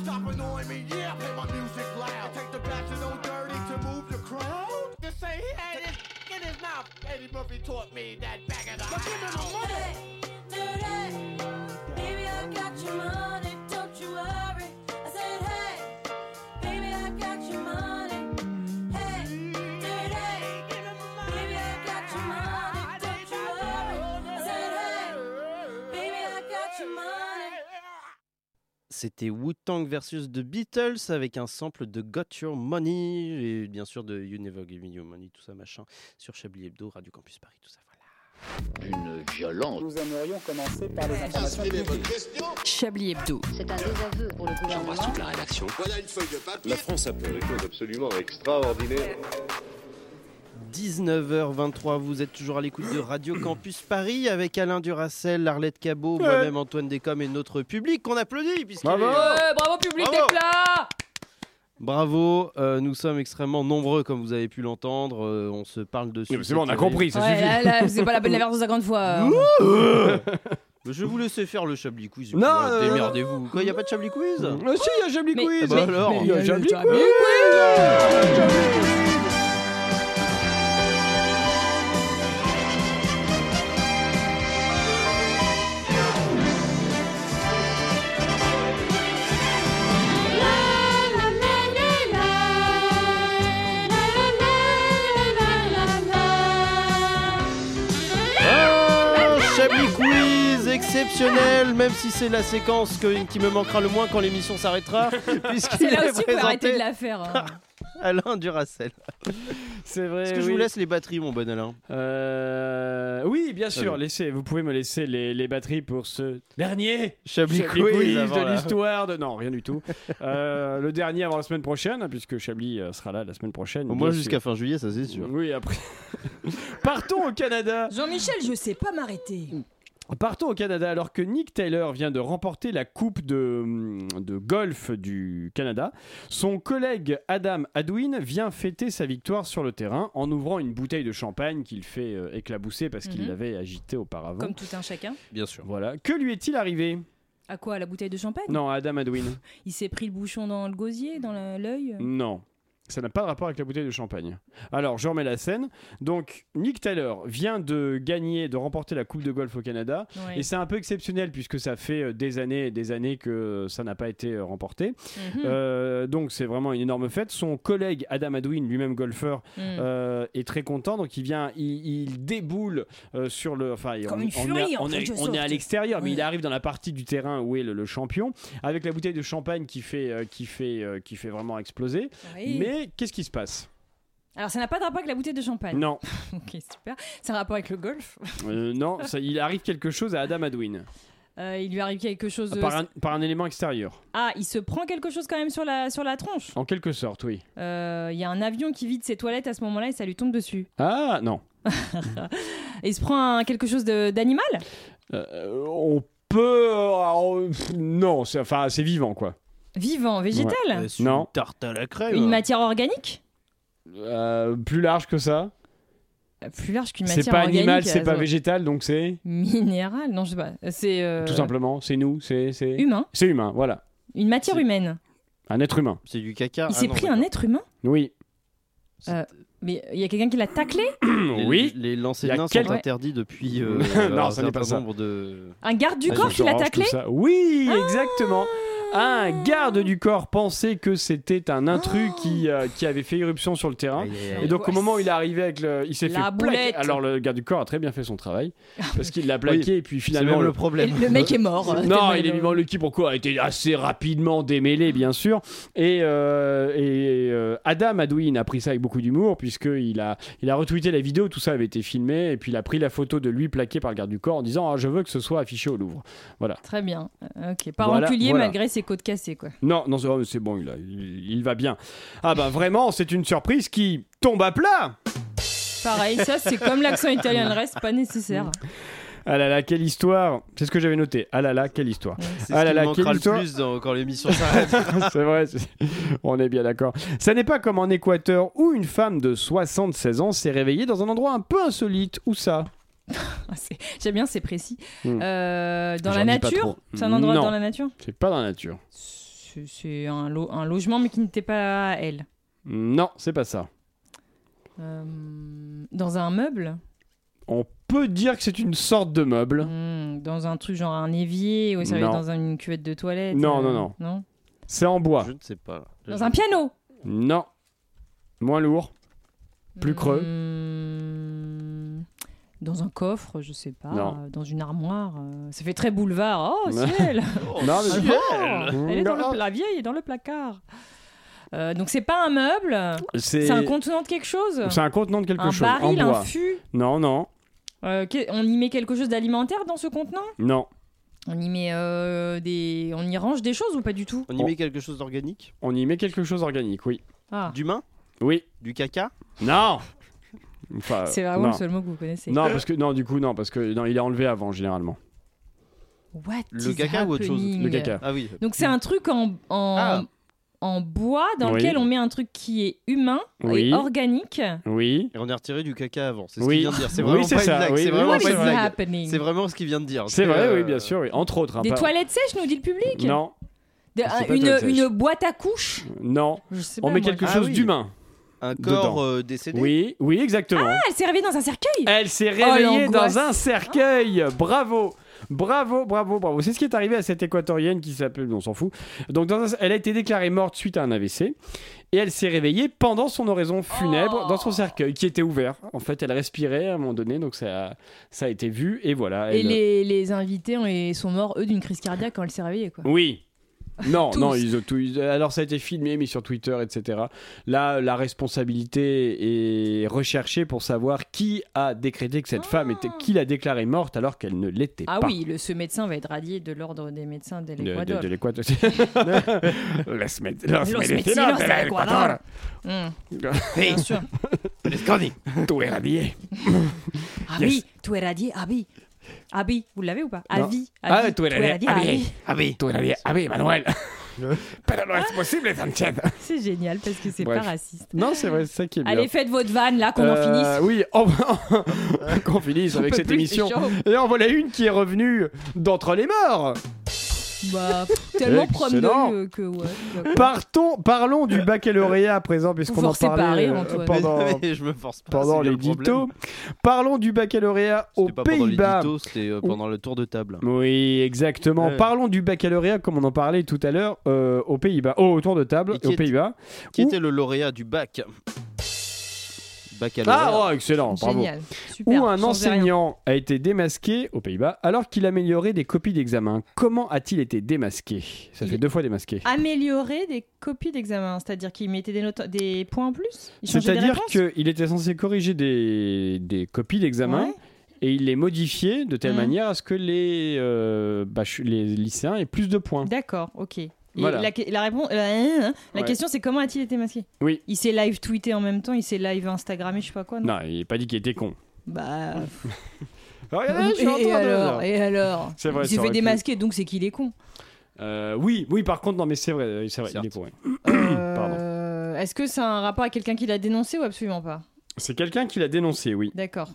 Stop annoying me, yeah, play my music loud. Take the bachelor on dirty to move the crowd. Just say he had it in his mouth. Eddie Murphy taught me that back in the But give him the money. Dirty. Baby, I got your money, don't you worry. I said, hey, baby, I got your money. Hey, dirty. Baby, I got your money, don't you worry. I said, hey, baby, I got your money. C'était Wu-Tang versus The Beatles avec un sample de Got Your Money et bien sûr de You Never Give Me Your Money, tout ça machin, sur Chablis Hebdo, Radio Campus Paris, tout ça voilà. Une violence. Nous aimerions commencer par les informations publiques. Chablis Hebdo. C'est un désaveu pour le gouvernement. toute la rédaction. Voilà une feuille de papier. La France a fait des choses absolument extraordinaires. 19h23, vous êtes toujours à l'écoute de Radio Campus Paris avec Alain Duracel, Arlette Cabot, moi-même Antoine Descom et notre public qu'on applaudit. puisqu'il Bravo. est là. Ouais, Euh, bravo public Bravo. des plats Bravo, euh, nous sommes extrêmement nombreux comme vous avez pu l'entendre, euh, on se parle dessus. Oui, mais c'est bon, on a compris, ça Ouais, là, là, c'est pas la peine de la faire 250 fois. euh. Mais Je vais vous laisser faire le Chablis Quiz. Non, Ouais, euh, démerdez-vous. Quoi, il n'y a pas de Chablis Quiz Mais Oh, si, il y a Chablis Mais- Quiz Bah alors. Il y a Chablis Quiz Un Ah, Chablis Quiz exceptionnel, même si c'est la séquence que- qui me manquera le moins quand l'émission [laughs] s'arrêtera, puisqu'il C'est là est aussi qu'on peut arrêter présenté de la faire. [laughs] hein. Alain Duracel. C'est vrai. Est-ce que je oui. vous laisse les batteries, mon bon Alain Euh, oui, bien sûr. Allez. Laissez, vous pouvez me laisser les, les batteries pour ce dernier Chablis Chablis Quiz Quiz avant de la- l'histoire. De... Non, rien du tout. Euh, le dernier avant la semaine prochaine, puisque Chablis euh, sera là la semaine prochaine. Au moins bien jusqu'à sûr. fin juillet, ça c'est sûr. Oui, après. [laughs] Partons au Canada. Jean-Michel, je sais pas m'arrêter. Partons au Canada alors que Nick Taylor vient de remporter la Coupe de, mm, de golf du Canada. Son collègue Adam Adwin vient fêter sa victoire sur le terrain en ouvrant une bouteille de champagne qu'il fait euh, éclabousser parce qu'il Mhm. l'avait agitée auparavant. Comme tout un chacun. Bien sûr. Voilà. Que lui est-il arrivé À quoi à La bouteille de champagne [laughs] Non, à Adam Adwin. Il s'est pris le bouchon dans le gosier, dans la- l'œil non. Ça n'a pas de rapport avec la bouteille de champagne. Alors, je remets la scène. Donc, Nick Taylor vient de gagner, de remporter la Coupe de golf au Canada. Ouais. Hmm. Et c'est un peu exceptionnel puisque ça fait euh, des années et des années que ça n'a pas été euh, remporté. Mhm. Euh, donc, c'est vraiment une énorme fête. Son collègue Adam Adwin, lui-même golfeur, Mm. Hmm. euh, est très content. Donc, il vient, il, il déboule euh, sur le. Enfin, Comme on, une on est- furie, en on est, quelque on est à sorte. l'extérieur, mais Ouais. il arrive dans la partie du terrain où est le, le champion, avec la bouteille de champagne qui fait, euh, qui fait, euh, qui fait vraiment exploser. Oui. Mais qu'est-ce qui se passe Alors, ça n'a pas de rapport avec la bouteille de champagne. Non, ok, super. C'est un rapport avec le golf. Euh, non, ça- il arrive quelque chose à [laughs] Adam Adwin Euh, il lui arrive quelque chose. de- par un, par un élément extérieur, Ah, il se prend quelque chose quand même sur la, sur la tronche. en quelque sorte, oui. Euh, Il y a un avion qui vide ses toilettes à ce moment-là et ça lui tombe dessus. Ah non. Et il se prend un- quelque chose de- d'animal Euh, on peut, alors, pff, non, c'est enfin c'est vivant quoi. Vivant, végétal Ouais. Non. Tarte à la crème. Une matière organique Euh, plus large que ça. Euh, Plus large qu'une C'est matière pas organique. animal, c'est pas euh, végétal, donc c'est Minéral Non, je sais pas. C'est. euh, tout simplement, c'est nous, c'est c'est- Humain. C'est humain, voilà. Une matière humaine. Un être humain. C'est du Ah, caca. Ah Il s'est pris un être humain Oui. Euh, Mais il y a quelqu'un qui l'a taclé Les- oui. Les, les Il y lancers a de nains quel- sont interdits depuis. euh, [laughs] Non, un ça n'est pas certain ça. nombre de. Un garde du Ah, corps ils qui ont l'a orange, taclé Ah. tout ça. Oui, exactement. Un garde du corps pensait que c'était un intrus Ah. qui, euh, qui avait fait irruption sur le terrain. Et donc, au moment où il est arrivé avec le. Il s'est fait La plaquer. boulette. Ah Alors, le garde du corps a très bien fait son travail. Parce qu'il l'a plaqué et puis finalement. même le problème. Et le mec est mort. [laughs] Non, Tellement il est il est vivant. Le qui, pourquoi a été assez rapidement démêlé, bien sûr. Et, euh, et euh, Adam Adwin a pris ça avec beaucoup d'humour, puisqu'il a, il a retweeté la vidéo, tout ça avait été filmé. Et puis, il a pris la photo de lui plaqué par le garde du corps en disant Ah, Je veux que ce soit affiché au Louvre. Voilà. Très bien. Euh, Ok. Pas Voilà, enculé voilà. malgré ses côtes cassées, quoi. Non, non, c'est oh, mais c'est bon, il, a- il- il va bien. Ah bah vraiment, c'est une surprise qui tombe à plat Pareil, ça, c'est comme l'accent italien, le reste, pas nécessaire. Ah là là, quelle histoire C'est ce que j'avais noté. Ah là là, quelle histoire C'est Ah ce là qui là, me manquera quelle le histoire plus dans- quand l'émission s'arrête. [laughs] c'est vrai, c'est- on est bien d'accord. Ça n'est pas comme en Équateur où une femme de 76 ans s'est réveillée dans un endroit un peu insolite. Où ça [laughs] Ah, c'est- J'aime bien, c'est précis. Hmm. Euh, dans J'en la dis pas nature trop. C'est un endroit Non. dans la nature C'est pas dans la nature. C'est- C'est un, lo- un logement, mais qui n'était pas à elle. Non, c'est pas ça. Euh, dans un meuble On peut dire que c'est une sorte de meuble. Hmm, Dans un truc genre un évier Ou ça va être Non. dans une cuvette de toilette Non, euh, non, non. C'est en bois. Je ne sais pas. Dans un piano Non. Moins lourd. Plus creux. Hmm, Dans un coffre, je sais pas. Non. euh, Dans une armoire. euh, Ça fait très boulevard. [laughs] Oh, Non. ciel Non, mais- Alors, Ciel elle est dans le Non. pla- La vieille est dans le placard. Euh, donc c'est pas un meuble, C'est- c'est un contenant de quelque chose. C'est un contenant de quelque Un chose. baril, en un bois. fût. Non, non, Euh, que- on y met quelque chose d'alimentaire dans ce contenant non. On y met euh, des, on y range des choses ou pas du tout On y met quelque chose d'organique On y met quelque chose d'organique, oui. Ah. D'humain Oui. Du caca Non Enfin, euh, C'est vraiment non. le seul mot que vous connaissez. Non, parce que, non, du coup, non, parce que non, il est enlevé avant, généralement. What Le is caca ou autre chose happening Le caca. Ah oui. Donc c'est un truc en, en, en bois dans Oui. lequel on met un truc qui est humain Oui. et organique. Oui. Et on est retiré du caca avant. C'est ce Oui. qu'il vient de dire. C'est Oui, vraiment c'est pas ça, une blague. oui, c'est oui, vraiment oui, pas c'est une vrai. blague. Happening. C'est vraiment ce qu'il vient de dire. C'est vrai, euh, oui, bien sûr, oui. Entre autres. hein, Des pas- toilettes sèches, nous dit le public Non. Des- C'est un- pas une, toilettes sèches. une boîte à couches Non. sais On pas, met moi. quelque Ah chose oui. d'humain. Un euh, corps décédé. Oui, oui, exactement. Ah, Oh, elle s'est réveillée dans un cercueil Elle s'est réveillée dans un cercueil. Bravo. Bravo, bravo, bravo. C'est ce qui est arrivé à cette équatorienne qui s'appelle, on s'en fout. Donc, dans un- elle a été déclarée morte suite à un AVC et elle s'est réveillée pendant son oraison funèbre dans Oh. son cercueil qui était ouvert. En fait, elle respirait à un moment donné, donc ça, a- ça a été vu et voilà. Et elle- euh, les, les invités ont- et sont morts, eux, d'une crise cardiaque quand elle s'est réveillée. Quoi. Oui. Non, Tous. non, ils ont tout- ils- alors ça a été filmé, mis sur Twitter, etc. Là, la responsabilité est recherchée pour savoir qui a décrété que cette femme était, qui l'a déclarée morte alors qu'elle ne l'était Ah pas. oui, le- ce médecin va être radié de l'ordre des médecins de Bah. De- de- l'Équateur. de l'Équateur. [laughs] Los med- los Los medicinos medicinos de del l'Équateur. Équateur. Mm. Oui. Bien [laughs] sûr. Tout est radié. Ah Yes. oui, tu es radié, ah oui. Ah oui, vous l'avez ou pas Ah Non. oui. Ah, oui, tu es radié, ah oui. Ah oui, tu es radié, ah oui, Manuel. Pero no es posible, Sanchez. [laughs] C'est génial parce que c'est Bref. pas raciste. Non, c'est vrai, c'est ça qui est bien. Allez, faites votre vanne là, qu'on en finisse. Euh, Oui, on- [laughs] qu'on finisse J'en avec peux cette plus, émission. c'est chaud. Et en voilà une qui est revenue d'entre les morts. [laughs] Bah, pff, tellement prompt Excellent. d'œil, euh, que ouais. d'accord. Partons, parlons du baccalauréat à présent, puisqu'on Vous en forcez pas à parlait rire, euh, [laughs] Antoine. pendant, Mais je me force pas, pendant c'est Ah, bien les le problème. dictos. Parlons du baccalauréat aux C'était pas pendant les Pays-Bas. dictos, c'était euh, Où- pendant le tour de table. Oui, exactement. Ouais. Parlons du baccalauréat, comme on en parlait tout à l'heure, euh, aux Pays-Bas. Oh, autour de table, qui aux est- Pays-Bas. Qui Où- était le lauréat du bac Baccalauréat. Ah, oh, excellent, bravo. Génial. Super. Où changez un rien. enseignant a été démasqué aux Pays-Bas alors qu'il améliorait des copies d'examen. Comment a-t-il été démasqué Ça fait deux fois démasqué. Améliorer des copies d'examen, c'est-à-dire qu'il mettait des, notes, des points en plus Il changeait des C'est-à-dire réponses qu'il était censé corriger des, des copies d'examen Ouais. et il les modifiait de telle Mm. manière à ce que les, euh, bach- les lycéens aient plus de points. D'accord, ok. Et Voilà. la, que- la réponse, la, la Ouais. question c'est comment a-t-il été masqué Oui. Il s'est live tweeté en même temps, il s'est live Instagrammé, je sais pas quoi. Non. Non, il n'est pas dit qu'il était con. Bah. Ah, Regardez, Eh, je suis et, en train et de- alors Et alors C'est vrai, Il s'est ça fait aurait pu. démasquer, donc c'est qu'il est [clears throat] con. Euh, oui, oui, par contre, non, mais c'est vrai, euh, c'est vrai, il est con, ouais. Pardon. Euh, Est-ce que c'est un rapport à quelqu'un qui l'a dénoncé ou absolument pas C'est quelqu'un qui l'a dénoncé, oui. D'accord.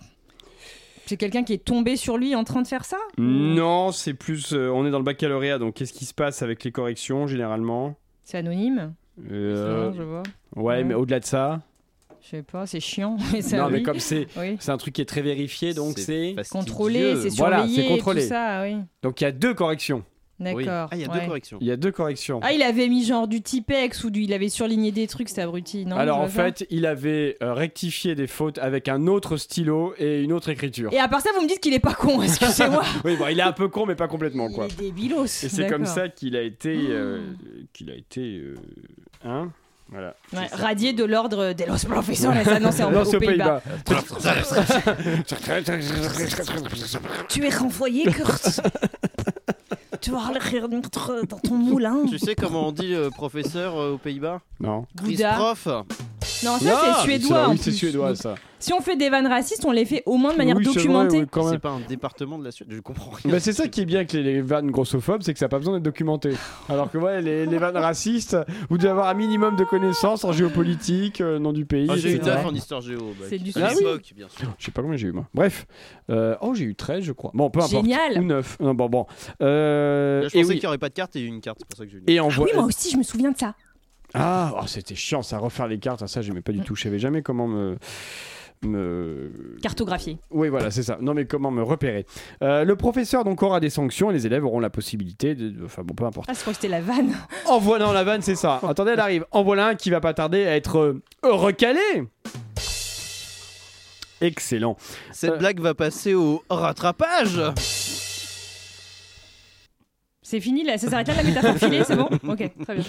C'est quelqu'un qui est tombé sur lui en train de faire ça Mm. Non, c'est plus. euh, on est dans le baccalauréat, donc qu'est-ce qui se passe avec les corrections généralement C'est anonyme Euh, Non, je vois. Ouais, mais au-delà de ça. Je sais pas, c'est chiant. [laughs] mais ça, non, mais oui. comme c'est Oui. c'est un truc qui est très vérifié, oh, donc c'est. Contrôlé, c'est surveillé, Voilà, c'est et contrôlé. tout ça, oui. Donc il y a deux corrections. D'accord. Ah, ouais. Ah, Il y a deux corrections. Ah, il avait mis genre du typex ou du, il avait surligné des trucs, cet abruti. Non, Alors je en vois fait, il avait euh, rectifié des fautes avec un autre stylo et une autre ça. écriture. Et à part ça, vous me dites qu'il est pas con, excusez-moi. oui, bon, il est un peu con, mais pas [laughs] complètement quoi. Débilos. Et c'est comme ça qu'il a été, euh, Oh. qu'il a été, euh, hein, voilà. Ouais, radié de l'ordre des los professores, ça non, c'est en- Non, aux c'est aux Pays-Bas. Pays-Bas. Tu es renvoyé, Kurt. [laughs] tu vas rentrer dans ton moulin. Tu sais comment on dit euh, professeur euh, aux Pays-Bas Non. Chris Gouda. prof. Non, ça, c'est suédois. en Oui, c'est plus. suédois Donc, ça. Si on fait des vannes racistes, on les fait au moins de manière Oui, c'est vrai, documentée. oui, quand même. C'est pas un département de la Suède, je comprends rien. Bah, c'est ça qui est bien avec les, les vannes grossophobes, c'est que ça n'a pas besoin d'être documenté. Alors que ouais, les, les vannes racistes, vous devez avoir un minimum de connaissances en géopolitique, euh, nom du pays. Ah, j'ai eu etc. taf en histoire géo. bah, C'est du à Ah oui. l'époque, bien sûr. Je sais pas combien j'ai eu moi. Bref. Euh, oh, j'ai eu 13, je crois. Bon, peu importe. Génial. Ou 9. Non, bon, bon. Euh, Là, je et pensais oui. qu'il n'y aurait pas de carte et une carte, c'est pour ça que j'ai eu une. Et en Ah oui, moi aussi, je me souviens de ça. Ah, oh, c'était chiant ça, refaire les cartes. Ah, ça, j'aimais pas du tout. Je savais jamais comment me. me... Cartographié. Oui, voilà, c'est ça. Non, mais comment me repérer Euh, Le professeur donc aura des sanctions et les élèves auront la possibilité de. Enfin, bon, peu importe. Ah, je crois que c'était la vanne. En voilà, non, la vanne, c'est ça. Attendez, elle arrive. En voilà un qui va pas tarder à être euh, recalé. Excellent. euh, Cette blague va passer au rattrapage. Ah, C'est fini, là. ça s'arrête là la métaphore filée, c'est bon Ok, très bien.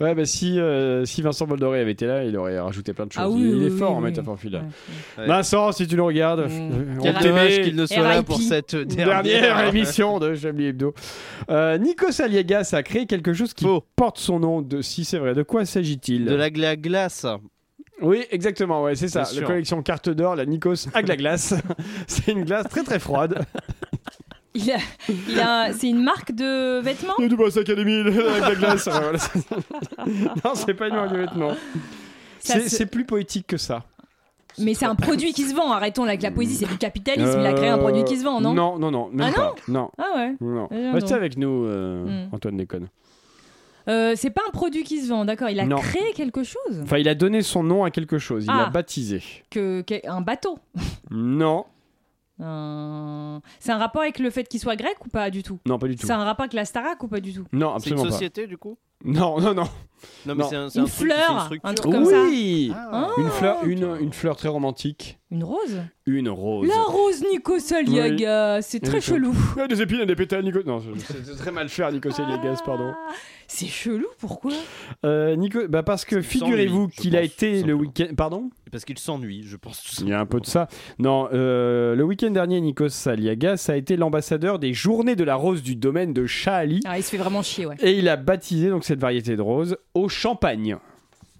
Ouais, bah si, euh, si Vincent Boldoré avait été là, il aurait rajouté plein de choses. Ah oui, il oui, est oui, fort en oui. Mm. métaphore filale. Ouais. Vincent, si tu nous regardes, euh, Quel on dommage t'aimait. qu'il ne soit là pour RIP. cette dernière, dernière, émission de Chablis Hebdo. Euh, Nico Saliegas a créé quelque chose qui porte son nom de si c'est vrai. De quoi s'agit-il De la gla- glace. Oui, exactement, ouais, c'est ça. Bien La sûr. collection carte d'or, la Nikos à la glace. [laughs] c'est une glace très [laughs] très froide. Il a, il a, un- c'est une marque de vêtements Du Boss Academy, avec la glace. Ouais, voilà. [laughs] non, c'est pas une marque de vêtements. Ça C'est se- c'est plus poétique que ça. Mais c'est un produit qui se vend, arrêtons avec la poésie, c'est du capitalisme, il a créé un Euh, produit qui se vend, non Non, non, non, même Ah pas. Non, Ah ouais non. Eh bien, Restez non. avec nous, euh, Hmm. Antoine Déconne. Euh, C'est pas un produit qui se vend, d'accord, il a Non. créé quelque chose Enfin, il a donné son nom à quelque chose. Il Ah. l'a baptisé. que, que- Un bateau Non, Un- C'est un rapport avec le fait qu'il soit grec ou pas du tout non, pas du tout. C'est un rapport avec la Starac ou pas du tout Non, C'est une absolument pas. société du coup Non, non, non. Non, mais Non. c'est un, c'est Une un truc, fleur, c'est un structure. truc comme ça oui. Ah. Une fleur, une, une fleur très romantique, Une rose une rose. La rose Nico Saliaga, c'est très Nico. chelou. Ah, des épines et des pétales, Nico. Non, c'est- c'est très mal faire, Nico Celiagas, Ah. pardon. C'est chelou, pourquoi Euh, Nico, bah parce que figurez-vous je qu'il a pense, été tout le simplement. week-end. Pardon Parce qu'il s'ennuie, je pense. tout Il y a un peu de ça. Non, euh, le week-end dernier, Nikos Saliagas a été l'ambassadeur des Journées de la Rose du domaine de Chaali. Ah, il se fait vraiment chier, ouais. Et il a baptisé donc cette variété de rose au champagne.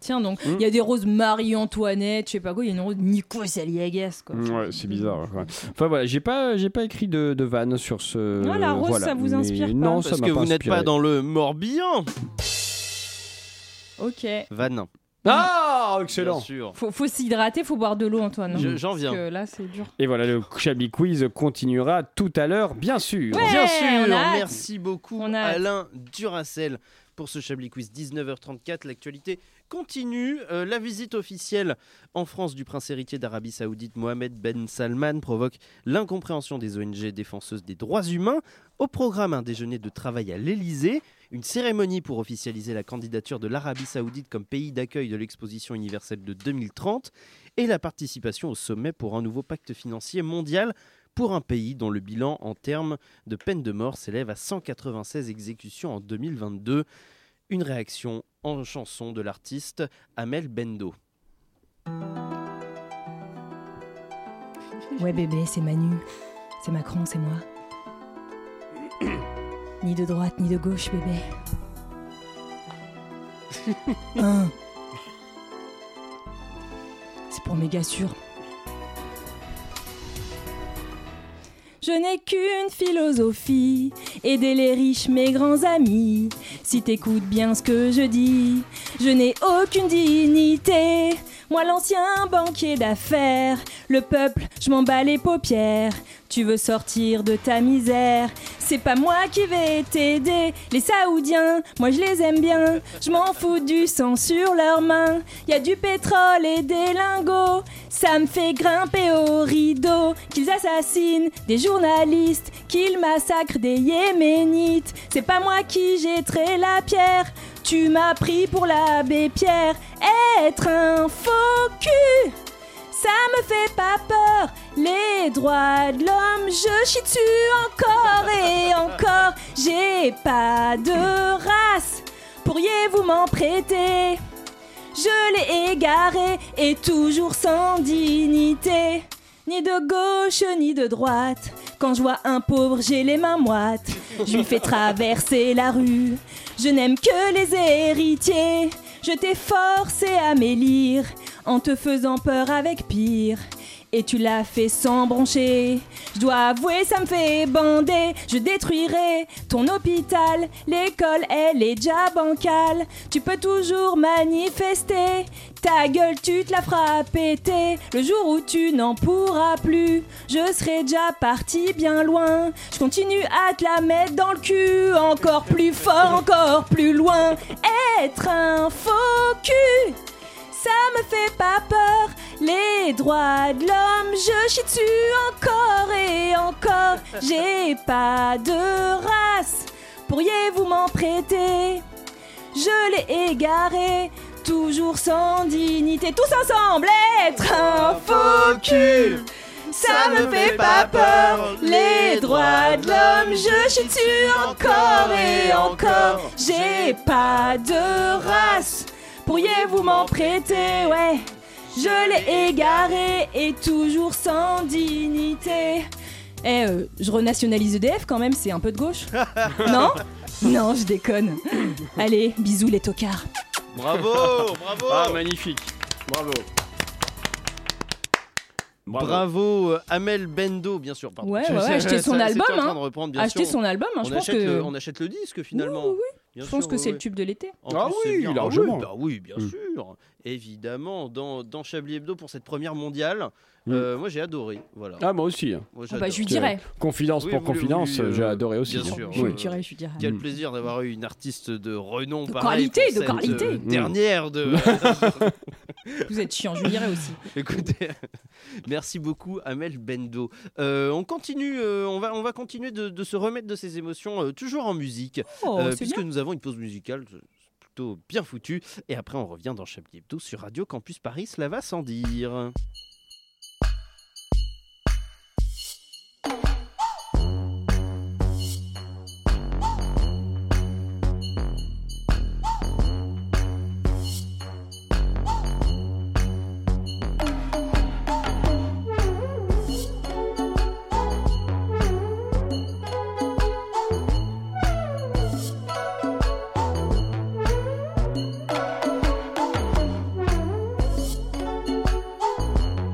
Tiens donc, il y a des roses Marie-Antoinette, je sais pas quoi, il y a une rose Nico Saliagas, quoi. Ouais, c'est bizarre. ouais, ouais. Enfin voilà, j'ai pas, j'ai pas écrit de, de vanne sur ce. Non, la rose, voilà. ça vous Mais inspire pas Non, ça Parce m'a que pas vous n'êtes inspiré. pas dans le Morbihan. Ok. Van. Ah Ah, excellent. Bien sûr. Faut, faut s'hydrater, faut boire de l'eau, Antoine. Je- hein, j'en parce viens. que là, c'est dur. Et voilà, le Chablis Quiz continuera tout à l'heure, bien sûr. Ouais, Bien sûr, on a hâte. merci beaucoup On a hâte. Alain Duracel pour ce Chablis Quiz 19h34. L'actualité continue. Euh, la visite officielle en France du prince héritier d'Arabie Saoudite Mohamed Ben Salman provoque l'incompréhension des ONG défenseuses des droits humains. Au programme, un déjeuner de travail à l'Élysée. Une cérémonie pour officialiser la candidature de l'Arabie Saoudite comme pays d'accueil de l'exposition universelle de 2030 et la participation au sommet pour un nouveau pacte financier mondial pour un pays dont le bilan en termes de peine de mort s'élève à 196 exécutions en 2022. Une réaction en chanson de l'artiste Amel Bendo. Ouais, bébé, c'est Manu. C'est Macron, c'est moi. ni de droite, ni de gauche, bébé. Un. C'est pour méga sûr. Je n'ai qu'une philosophie, aider les riches, mes grands amis. Si t'écoutes bien ce que je dis, je n'ai aucune dignité. Moi, l'ancien banquier d'affaires, le peuple, je m'en bats les paupières. Tu veux sortir de ta misère, c'est pas moi qui vais t'aider. Les Saoudiens, moi je les aime bien, je m'en fous du sang sur leurs mains. Y a du pétrole et des lingots, ça me fait grimper au rideau. Qu'ils assassinent des journalistes, qu'ils massacrent des yéménites. C'est pas moi qui jetterai la pierre, tu m'as pris pour l'abbé Pierre. Être un faux cul, ça me fait pas peur. Les droits de l'homme, je chie dessus encore et encore. J'ai pas de race, pourriez-vous m'en prêter Je l'ai égaré et toujours sans dignité. Ni de gauche ni de droite. Quand je vois un pauvre, j'ai les mains moites. Je lui fais traverser la rue. Je n'aime que les héritiers. Je t'ai forcé à m'élire en te faisant peur avec pire. Et tu l'as fait sans broncher. Je dois avouer, ça me fait bander. Je détruirai ton hôpital. L'école, elle est déjà bancale. Tu peux toujours manifester. Ta gueule, tu te la feras péter. Le jour où tu n'en pourras plus, je serai déjà parti bien loin. Je continue à te la mettre dans le cul. Encore plus fort, encore plus loin. Être un faux cul. Ça me fait pas peur, les droits de l'homme, je chie dessus encore et encore. J'ai pas de race, pourriez-vous m'en prêter Je l'ai égaré, toujours sans dignité. Tous ensemble, être Oh, un faux cul ça me fait pas peur, les droits de l'homme, je chie dessus encore et encore. J'ai pas de race, pourriez-vous m'en prêter, ouais. Je l'ai égaré et toujours sans dignité. Eh, euh, je renationalise EDF quand même, c'est un peu de gauche. non Non, je déconne. Allez, bisous les tocards. Bravo, bravo. Ah, magnifique. Bravo. Bravo, euh, Amel Bendo, bien sûr. pardon. Ouais, ouais, ouais, achetez son Ça, album, c'était en train hein. de reprendre, bien Achetez sûr. son album, hein, on je pense achète que- le- on achète le disque finalement. Bien Je pense sûr, que ouais, c'est ouais. le tube de l'été. En Ah plus, oui, c'est bien. largement. Ah oui, bah oui, bien Mm. sûr. Évidemment, dans, dans Chablis Hebdo pour cette première mondiale, Mm. euh, moi j'ai adoré. Voilà. Ah, moi aussi. Moi, Ah bah, je lui j'adore. dirai. Confidence Oui, pour vous l'avez confidence, vu, euh, j'ai adoré aussi. hein. Bien sûr. Oui. euh, dirai, je lui dirai. Quel plaisir d'avoir eu une artiste de renom, De pareil, qualité, pour de cette, qualité. euh, dernière de. Vous êtes chiant, je lui dirai aussi. [laughs] Écoutez, merci beaucoup Amel Bendo. Euh, on continue, euh, on va, on va continuer de, de se remettre de ces émotions, euh, toujours en musique, euh, Oh, c'est puisque bien. nous avons une pause musicale c'est plutôt bien foutue. Et après, on revient dans Chablis Hebdo sur Radio Campus Paris. Cela va sans dire. Thank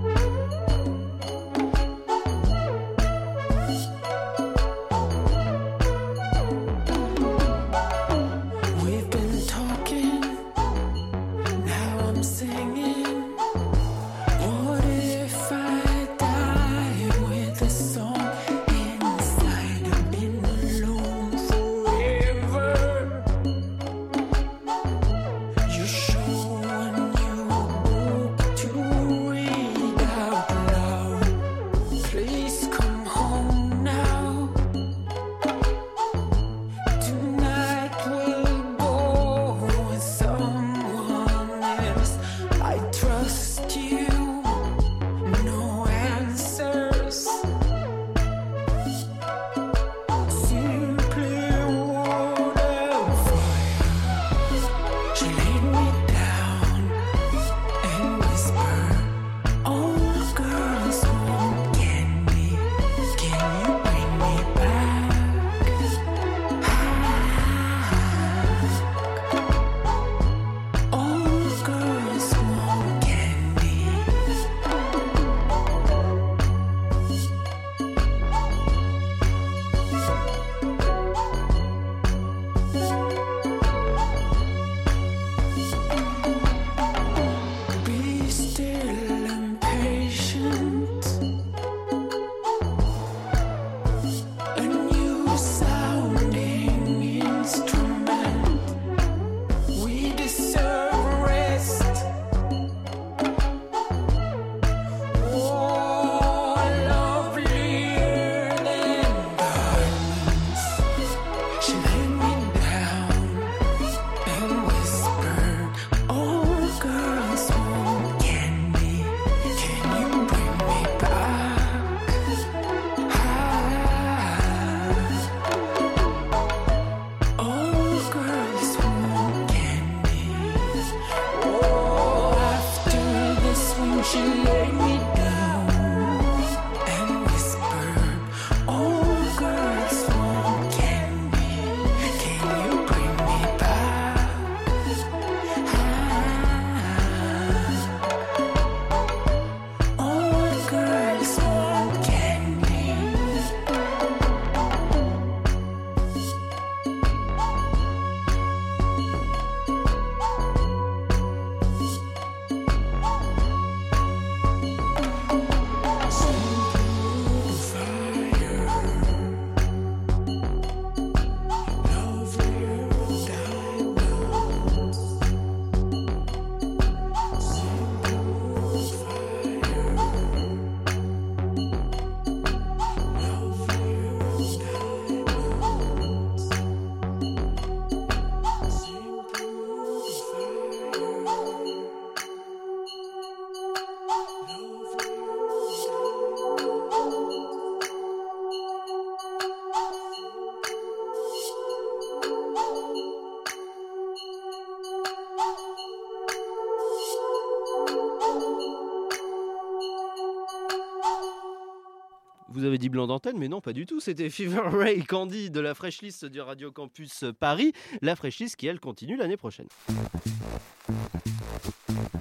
Vous avez dit blanc d'antenne, mais non, pas du tout. C'était Fever Ray Candy de la Fresh List du Radio Campus Paris. La Fresh List qui, elle, continue l'année prochaine.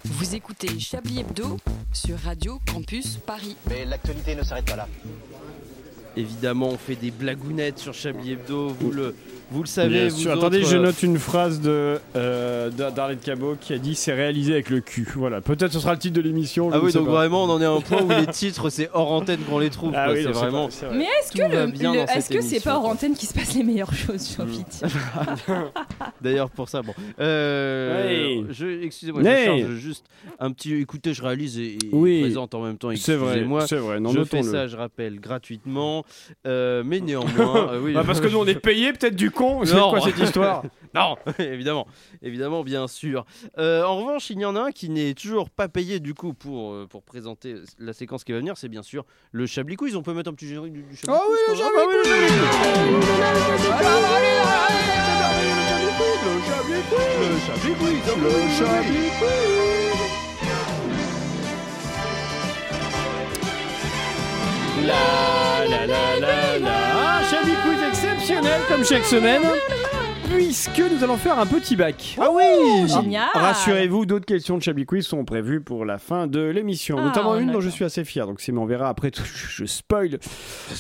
Vous écoutez Chablis Hebdo sur Radio Campus Paris. Mais l'actualité ne s'arrête pas là. Évidemment, on fait des blagounettes sur Chablis Hebdo. Vous le, vous le savez. Bien vous sûr. autres, Attendez, je euh, note une phrase de euh, d'A- d'Arlette Cabot qui a dit c'est réalisé avec le cul. Voilà, peut-être ce sera le titre de l'émission. je Ah ne oui, sais donc pas. vraiment, on en est à un point où les titres, c'est hors antenne qu'on les trouve. Ah quoi. oui, c'est non, c'est vraiment. pas- c'est Mais est-ce que Tout va le, bien le- dans cette est-ce que c'est émission, pas hors antenne qui se passe les meilleures choses, j'ai envie de dire D'ailleurs, pour ça, bon. Euh, Hey. je- Excusez-moi, Hey. je charge juste un petit. Écoutez, je réalise et, et Oui. présente en même temps. C'est vrai, Excusez-moi. c'est vrai, non, je fais notons-le. ça, je rappelle, gratuitement. euh, mais [laughs] néanmoins. euh, oui, Bah, parce que nous on est payé peut-être du con. C'est Non. quoi cette histoire Non, [laughs] évidemment, évidemment, bien sûr. Euh, en revanche, il y en a un qui n'est toujours pas payé du coup pour, euh, pour présenter la séquence qui va venir, c'est bien sûr le Chablis Quiz. On peut mettre un petit générique du, du Chablis Ah oui, Quiz, le quand- Chablis bah oui, le Quiz. Chablis Quiz. La la la la la. Un Chablis Quiz exceptionnel comme chaque semaine. Puisque nous allons faire un petit bac. Ah oui génial. Rassurez-vous, d'autres questions de Chablis Quiz sont prévues pour la fin de l'émission. Ah, notamment une dont d'accord. je suis assez fier. Donc, c'est mais on verra après. tout, [laughs] Je spoil.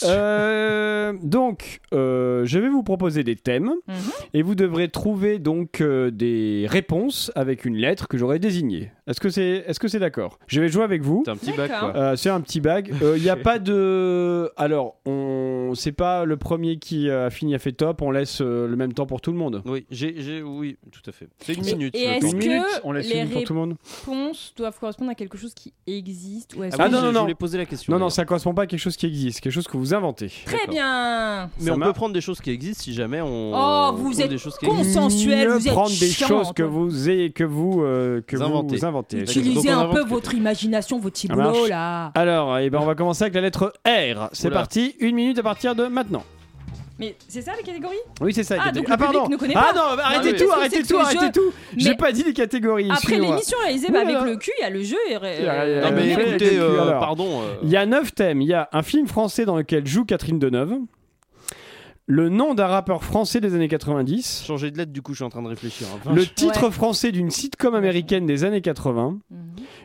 Euh, donc, euh, je vais vous proposer des thèmes. Mhm. Et vous devrez trouver donc euh, des réponses avec une lettre que j'aurai désignée. Est-ce que c'est est -ce c'est d'accord Je vais jouer avec vous. C'est un petit bac, quoi. Euh, c'est un petit bac. Il n'y a pas de. [laughs] Alors, on... c'est pas le premier qui euh, a fini a fait top. On laisse euh, le même temps pour tout le monde. Oui, j'ai, j'ai- oui, tout à fait. C'est une Et- minute. Et le est-ce temps. que on laisse les une pour tout le monde. réponses doivent correspondre à quelque chose qui existe ou est-ce Ah que- non, non, non. poser la question. Non, non, ça correspond pas à quelque chose qui existe, quelque chose que vous inventez. Très bien. Mais Ça on marche. peut prendre des choses qui existent si jamais on. Oh, on vous trouve êtes des choses qui cons. existent. Consensuel, Mieux vous êtes prendre des chiant, choses que Antoine. vous ayez, que vous, euh, que Inventez. vous inventez. Utilisez Donc, on un peu invente- votre imagination, vos petits Ça boulots marche. là. Alors, eh ben, on va commencer avec la lettre R. C'est Oula. parti, une minute à partir de maintenant. Mais c'est ça les catégories Oui, c'est ça. les Ah, donc catégories. le public ne connaît pardon. ah pas. non, arrêtez Non, mais tout, parce que arrêtez c'est tout, que arrêtez je- tout. J'ai Mais- pas dit les catégories. Après excusez-moi. l'émission réalisée bah, Ouh là avec là. le cul, il y a le jeu. Et, Il y a- il y a- Non, mais il y a- écoutez, euh, Alors. pardon. euh, Il y a neuf thèmes. Il y a un film français dans lequel joue Catherine Deneuve. Le nom d'un rappeur français des années 90. Changer de lettre, du coup, je suis en train de réfléchir. hein. Le titre Ouais. français d'une sitcom américaine des années 80. Mhm.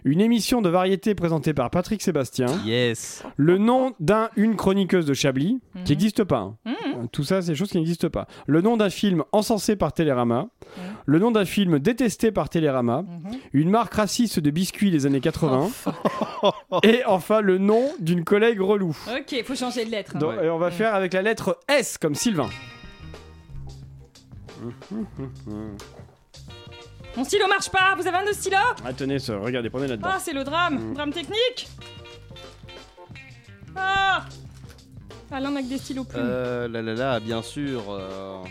Une émission de variété présentée par Patrick Sébastien. hein. Yes. Le nom d'un une chroniqueuse de Chablis, Mhm. qui n'existe pas. hein. Euh, Tout ça, c'est des choses qui n'existent pas. Le nom d'un film encensé par Télérama. Le nom d'un film détesté par Télérama. Une marque raciste de biscuits des années 80. et enfin, le nom d'une collègue relou. Ok, faut changer de lettre. hein. Donc, Et on va faire avec la lettre S comme Sylvain. Mon stylo marche pas, vous avez un de stylo Ah, tenez, ça, regardez, prenez là-dedans. Ah, c'est le Mm. drame, drame technique. Ah Alain n'a que des stylos plumes. Euh, là, là, là, bien sûr. euh,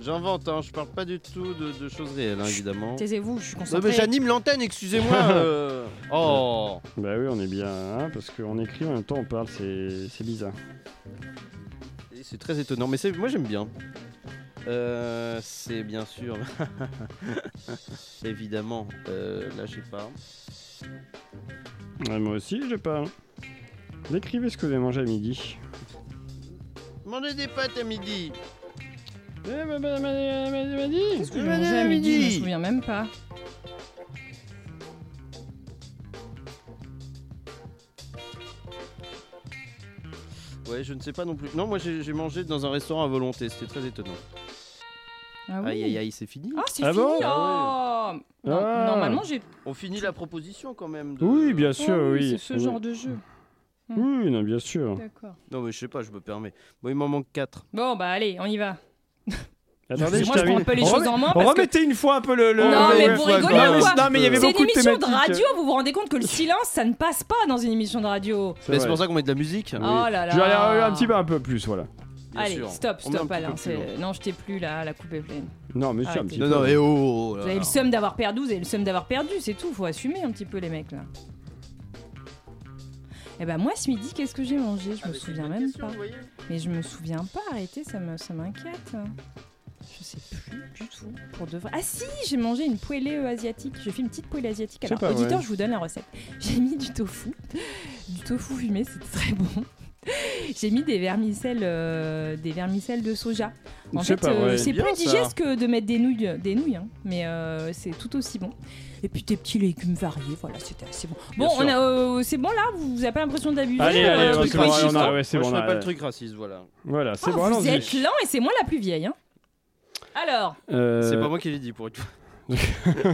J'invente, hein, je parle pas du tout de, de choses réelles, hein, évidemment. Taisez-vous, je suis Non, mais concentré. j'anime l'antenne, [laughs] excusez-moi. euh. Oh. Bah oui, on est bien, hein, parce qu'on écrit en même temps, on parle, c'est c'est bizarre. Et C'est très étonnant, mais c'est- moi j'aime bien. Euh, c'est bien sûr. [laughs] Évidemment, euh, là je sais pas. Ouais, moi aussi, j'ai pas. Décrivez ce que vous avez mangé à midi. Mangez des pâtes à midi. Eh, Qu'est-ce Qu'est-ce que j'ai mangé à midi, je me souviens même pas. Ouais, je ne sais pas non plus. Non, moi j'ai j'ai mangé dans un restaurant à volonté, c'était très étonnant. Ah oui. Aïe aïe aïe, c'est fini. Ah, c'est Ah fini. bon oh. Non, Ah. Normalement, j'ai. On finit la proposition quand même. de- Oui, bien sûr, Ah oui. C'est ce genre de jeu. Oui, non, bien sûr. D'accord. Non, mais je sais pas, je me permets. Bon, il m'en manque 4. Bon, bah allez, on y va. Attendez, Moi, je prends un peu les choses en main parce que- Remettez une fois un peu le. le- Non, le- mais le- vous le- rigolez non, ou mais- quoi Non, mais il y avait C'est une beaucoup de émission de thématiques. radio, vous vous rendez compte que le silence, ça ne passe pas dans une émission de radio. Mais c'est pour ça qu'on met de la musique. Oh là là. Ah Je vais aller euh, un petit peu un peu plus, voilà. bien Allez, sûr. stop, On met un petit stop, peu Alain. plus c'est- long. Non, je t'ai plus là, la coupe est pleine. Non, mais c'est un Arrêtez. petit peu. Non, non, et oh, oh, oh, là, Bah, Vous avez là. le seum d'avoir perdu, vous avez le seum d'avoir perdu, c'est tout, faut assumer un petit peu les mecs là. Eh ben moi ce midi, qu'est-ce que j'ai Ah, mangé Je me souviens même pas. Mais je me souviens pas, arrêtez, ça me- ça m'inquiète. Je sais plus du tout. Pour de vrai. Ah si, j'ai mangé une poêlée euh, asiatique. Je fais une petite poêlée asiatique. C'est Alors, pas auditeur, vrai. je vous donne la recette. [laughs] J'ai mis du tofu, du tofu fumé, c'était très bon. [laughs] J'ai mis des vermicelles, euh, des vermicelles de soja. En C'est fait, pas vrai. euh, c'est Bien, plus ça. digeste que de mettre des nouilles, des nouilles, hein. mais euh, c'est tout aussi bon. Et puis tes petits légumes variés, voilà, c'était assez bon. Bien Bon, on sûr. a, euh, c'est bon là, vous n'avez pas l'impression d'abuser. Allez, euh, allez, truc ouais, c'est bon, raciste, on a- hein ouais, c'est Moi, bon, je on fais a- pas le truc raciste, voilà. Voilà, c'est Ah, bon, vous allons-y. êtes lent et c'est moi la plus vieille. hein. Alors, Euh, C'est pas moi qui l'ai dit pour une fois.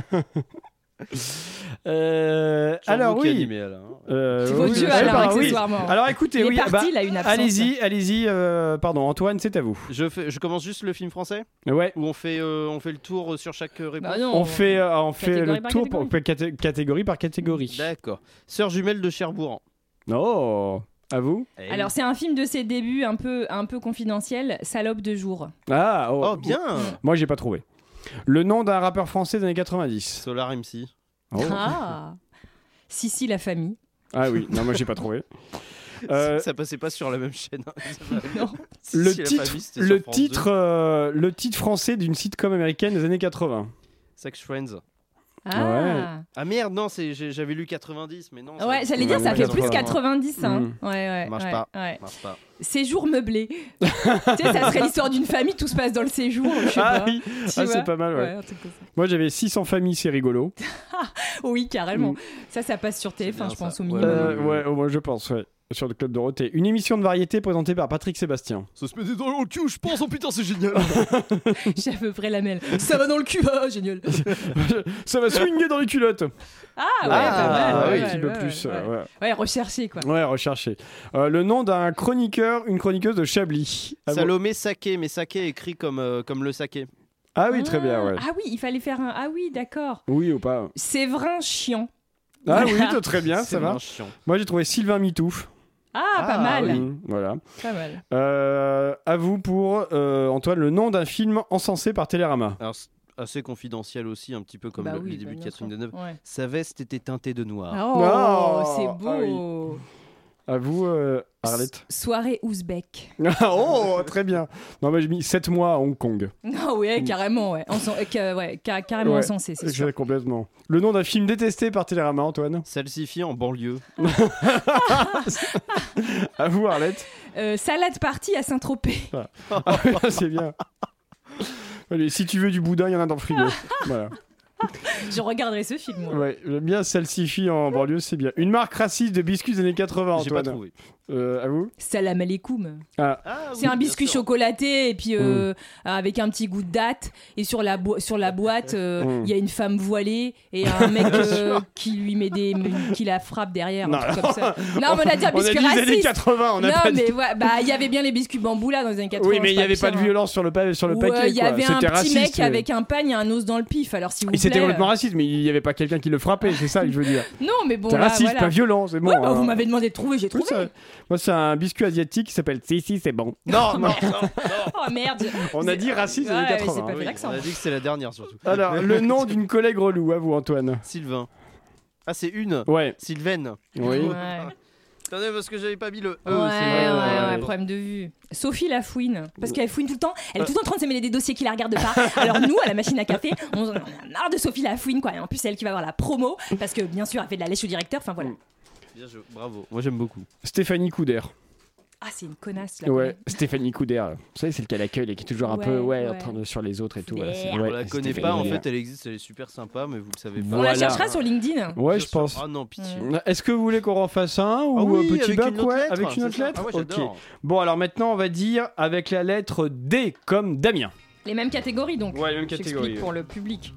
Euh, C'est alors vous qui oui. animez, Alain, hein. Euh, C'est oui, votre oui, jeu, je sais Alain, pas, oui. accessoirement. Alors écoutez, Il est oui, parti, bah, il a une absence. allez-y, allez-y. euh, pardon, Antoine, c'est à vous. Je, fais, je commence juste le film français Ouais. Où on fait, euh, on fait le tour sur chaque euh, Bah réponse on fait, euh, on fait le tour pour- caté- catégorie par catégorie. D'accord. Sœur jumelle de Cherbourg. Eh. Oh, à vous. alors c'est un film de ses débuts un peu, un peu confidentiel, Salope de jour. Ah, oh, Oh, bien. Moi, j'ai pas trouvé. Le nom d'un rappeur français des années 90. Solar MC. Oh. Ah, si si la famille. Ah oui, non, moi, j'ai [laughs] pas trouvé. Ça- Ça passait pas sur la même chaîne. hein. Si, Euh, Le si, la titre, famille, c'était sur le France titre, 2. euh, le titre français d'une sitcom américaine des années 80. Sex Friends. Ah. Ouais. Ah merde, non, c'est- j'ai- j'avais lu 90, mais non. ça- Ouais, j'allais dire, ça fait plus 90. hein. Mm. Ouais, ouais, Marche ouais, pas. ouais. Marche pas. Séjour [laughs] meublé. tu sais, ça serait l'histoire d'une famille, tout se passe dans le séjour. Je sais Ah pas. oui. Tu Ah, vois c'est pas mal. ouais. un truc comme ça. Moi, j'avais 600 familles, c'est rigolo. Ah, oui, carrément. Mm. Ça, ça passe sur TF1, je pense, au minimum. Euh, ouais, au moins, je pense, ouais. Sur le Club Dorothée. Une émission de variété présentée par Patrick Sébastien. Ça se met dans le cul, je pense. Oh putain, c'est génial. J'ai à peu près la mêle. Ça va dans le cul, ah, génial. Ça va swinguer dans les culottes. Ah, ouais, pas mal, pas un mal, petit peu ouais, plus. ouais. euh, ouais. Ouais, recherché, quoi. Ouais, recherché. Euh, le nom d'un chroniqueur, une chroniqueuse de Chablis. Ah, bon. Salomé Saké, mais Saké écrit comme, euh, comme le saké. Ah oui, très bien, ouais. Ah oui, il fallait faire un. Ah oui, d'accord. Oui ou pas Séverin chiant. Ah oui, Voilà. t'as très bien, C'est ça va. vraiment chiant. Moi, j'ai trouvé Sylvain Mitouf. Ah, pas mal. Mmh, voilà. Pas mal. Euh, à vous pour, euh, Antoine, le nom d'un film encensé par Télérama. Alors, c'est assez confidentiel aussi, un petit peu comme Bah le- oui, les débuts bah de bien Catherine sûr. Deneuve. Ouais. Sa veste était teintée de noir. Ah, Oh, Ah, c'est ah oui. beau. À vous, euh, [laughs] Arlette. [laughs] Soirée ouzbek. Ah, oh, très bien. Non, mais j'ai mis 7 mois à Hong Kong. [laughs] Ah ouais, carrément, ouais. Ensen- euh, ca- ouais, ca- carrément Mm. Ouais, insensé, c'est sûr. exact, complètement. Le nom d'un film détesté par Télérama, Antoine. Salsifié en banlieue. à vous, Arlette. [laughs] Euh, salade partie à [laughs] Saint-Tropez. Ah, Ah oui, c'est bien. Allez, si tu veux du boudin, il y en a dans [laughs] le frigo. Voilà. Je regarderai ce film, moi. Ouais, j'aime bien salsifie en banlieue, c'est bien. Une marque raciste de biscuits des années 80, Antoine. J'ai pas trouvé. Euh, à vous Salam alaikum. Ah. C'est un biscuit chocolaté et puis Mm. euh, avec un petit goût de date et sur la boi- sur la boîte euh, il Mm. y a une femme voilée et [laughs] un mec euh, qui lui met des qui la frappe derrière Non, un truc alors- comme ça. [laughs] Non, mais Ah, on a dit un On a biscuit dit les années raciste. 80, on a non, pas dit- mais ouais, bah il y avait bien les biscuits bambou là dans les années 80. oui, mais il n'y c'est avait pas pas de pire, hein. violence sur le, pa- sur le Ou, euh, paquet. Il y quoi. avait un C'était petit raciste, mec mais- avec un pagne et un os dans le pif. Alors s'il vous Et plaît. c'était complètement euh, raciste, mais il n'y avait pas quelqu'un qui le frappait, c'est ça que je veux dire. Non, mais bon. c'est là, raciste, voilà. pas violent, c'est bon. Ouais, bah, hein. vous m'avez demandé de trouver, j'ai trouvé. Moi, c'est un biscuit asiatique qui s'appelle Si, si, c'est bon. [laughs] Non, non, Oh [laughs] merde. On a dit raciste des années Ouais, mais 80. c'est pas fait Oui, l'accent. On a dit que c'est la dernière surtout. Alors, hein. le nom d'une collègue relou, à vous, Antoine. Sylvain. Ah, c'est une Ouais. Sylvaine. Oui. Ouais. Attendez, parce que j'avais pas mis le E. Oh, Ouais, ouais, c'est ouais, vrai. ouais, problème de vue. Sophie la fouine, parce qu'elle fouine tout le temps, elle est tout le temps en train de se mêler des dossiers qui la regardent [laughs] pas. Alors nous, à la machine à café, on en a marre de Sophie la fouine, quoi. Et en plus, c'est elle qui va avoir la promo, parce que bien sûr, elle fait de la lèche au directeur, enfin voilà. Bien joué, bravo. Moi j'aime beaucoup. Stéphanie Couder. Ah, c'est une connasse, là. Ouais, Stéphanie Couder. Vous savez, c'est le cas d'accueil et qui est toujours un peu Ouais, ouais, en ouais. train de sur les autres et tout. voilà, c'est- On ouais, la connaît Stéphanie pas, en Couder. fait elle existe, elle est super sympa, mais vous le savez pas. On la cherchera sur LinkedIn. Ouais, je pense. Mm. Ah non, pitié. Est-ce que vous voulez qu'on en fasse un ou Ah oui, un petit avec bac une autre ouais, lettre, avec une c'est autre ça. lettre Ah ouais, Ok. j'adore. Bon, alors maintenant, on va dire avec la lettre D comme Damien. Les mêmes catégories, donc. Ouais, les mêmes catégories, J'explique ouais. pour le public.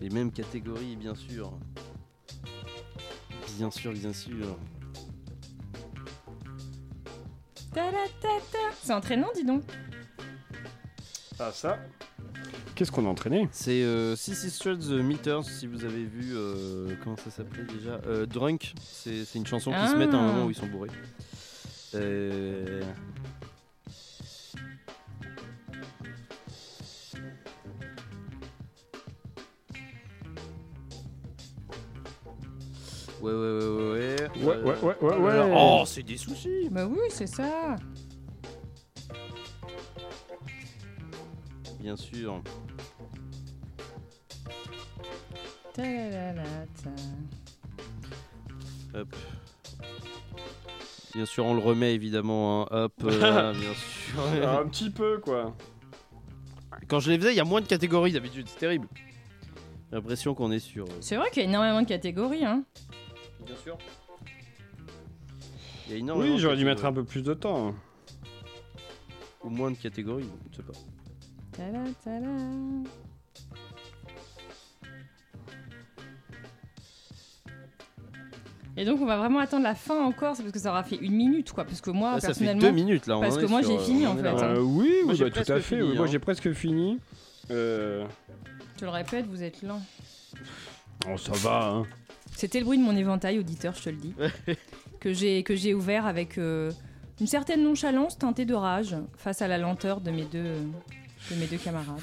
Les mêmes catégories, bien sûr. Bien sûr, bien sûr. Ta da ta ta. C'est entraînant, dis donc. Ah, ça Qu'est-ce qu'on a entraîné C'est euh, Six Sisters the Meters, si vous avez vu, euh, comment ça s'appelait déjà Euh, Drunk, c'est c'est une chanson qui se met à un Ah. moment où ils sont bourrés. Euh, Ouais, ouais, ouais, ouais. Ouais, ouais, ouais, ouais, ouais. Oh, c'est des soucis. Bah oui, c'est ça. Bien sûr. Ta-la-la-la-ta. Hop. Bien sûr, on le remet évidemment. hein. Hop, euh, [laughs] là, bien sûr. Euh, Un petit peu, quoi. Quand je les faisais, il y a moins de catégories d'habitude, c'est terrible. J'ai l'impression qu'on est sur. euh, C'est vrai qu'il y a énormément de catégories. Hein. Bien sûr. Il y a énormément Oui, de j'aurais dû catégories. mettre un peu plus de temps. Ou moins de catégories, je sais pas. Ta-la, ta-la. Et donc on va vraiment attendre la fin encore, c'est parce que ça aura fait une minute quoi, parce que moi Là, ça fait Ah, personnellement, deux minutes, là, on parce en que est moi sur, j'ai euh, fini on en est fait. là. hein. Euh, oui, Moi, oui, j'ai bah, tout à presque fait. fini, oui, Moi, hein. j'ai presque fini. Euh... Je le répète, vous êtes lent. Oh, ça va, hein. C'était le bruit de mon éventail auditeur, je te le dis, [laughs] que j'ai que j'ai ouvert avec euh, une certaine nonchalance teintée de rage face à la lenteur de mes deux de mes deux camarades.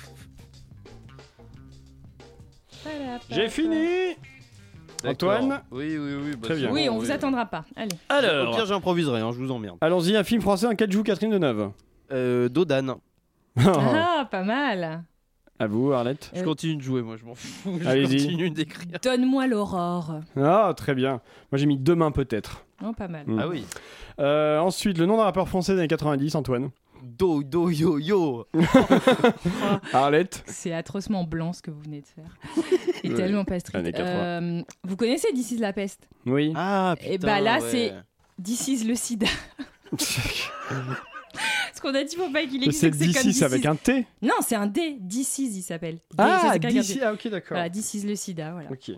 J'ai fini D'accord. Antoine Oui, oui, oui. bah, Très bien. c'est Oui, bon, on vous attendra pas. Allez. Au pire, j'improviserai, hein, je vous emmerde. Allons-y, un film français en 4 joues, Catherine Deneuve. Euh, Dodane. Oh. Ah, pas mal. [laughs] À vous, Arlette. Euh. Je continue de jouer, moi, je m'en fous. [laughs] Je Allez-y. continue d'écrire. Donne-moi l'aurore. Ah, très bien. Moi, j'ai mis demain peut-être. Non, Oh, pas mal. Ah Mm. Euh, ensuite, le nom d'un rappeur français des années 90, Antoine. Do, do, yo, yo. Arlette. C'est atrocement blanc ce que vous venez de [laughs] faire. Et Ouais. tellement pas strict. Années 80. Euh, vous connaissez This is la peste [laughs] Oui. Ah, Et bah là, c'est This is le sida. [laughs] Parce qu'on a dit, faut pas qu'il existe. C'est que comme d'ici, This is- avec un T. Non, c'est un D. This is, il s'appelle. D, je Ah, sais pas, This- regardez. ah, ok, d'accord. Voilà, This is le sida, voilà. Ok.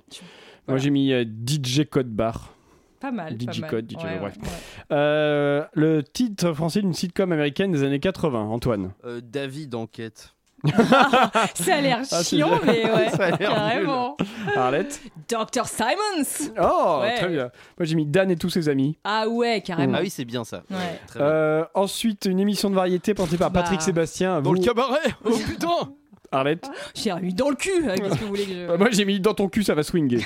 Moi, j'ai mis euh, DJ Code Bar. Pas mal. pas DJ mal. Code, DJ, Ouais, bref. ouais, ouais. [laughs] Euh, le titre français d'une sitcom américaine des années 80, Antoine. Euh, David enquête. Ça a l'air Ah, c'est chiant, bien. [laughs] mais ouais, [laughs] Ça a l'air carrément. Arlette. Dr. Simons [laughs] Oh, Ouais. très bien. Moi, j'ai mis Dan et tous ses amis. Ah ouais, carrément. Ah oui, c'est bien ça. Ouais. Très bien. Euh, ensuite, une émission de variété portée par Bah. Patrick Sébastien. Dans vous- le cabaret Oh putain Arlette. J'ai mis dans le cul. hein, Qu'est-ce que vous voulez que Euh, je... Moi, j'ai mis dans ton cul, ça [laughs] va swinguer.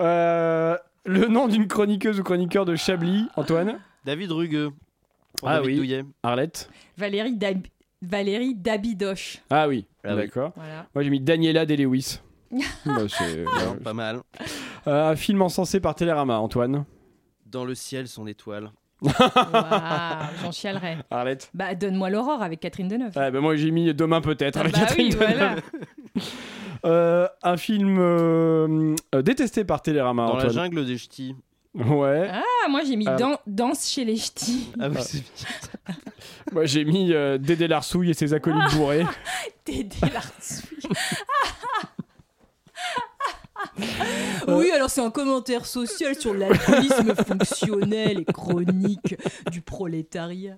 Euh, le nom d'une chroniqueuse ou chroniqueur de Chablis, Antoine. David Rugueux. Pour Ah David oui. Douillet. Arlette. Valérie, Dab- Valérie Dabidoche. Ah oui, Ah oui. d'accord. Voilà. Moi, j'ai mis Daniela [laughs] Day-Lewis. Bah, c'est- Non, pas mal. Euh, un film encensé par Télérama, Antoine. Dans le ciel, son étoile. Waouh, j'en chialerais. Arlette. Bah, donne-moi l'aurore avec Catherine Deneuve. Ah, bah, moi, j'ai mis Demain peut-être. Ah avec bah Catherine oui, Deneuve. voilà. Euh, un film euh, euh, détesté par Télérama, Dans la Antoine. jungle des ch'tis. Ouais. Ah, moi j'ai mis Ah. dan- Danse chez les ch'tis. [laughs] Ah oui, Ah. c'est Moi, j'ai mis euh, Dédé Larsouille et ses acolytes Ah. [laughs] bourrés. Dédé Larsouille. [laughs] Oui, alors c'est un commentaire social sur [laughs] l'alcoolisme fonctionnel et chronique du prolétariat.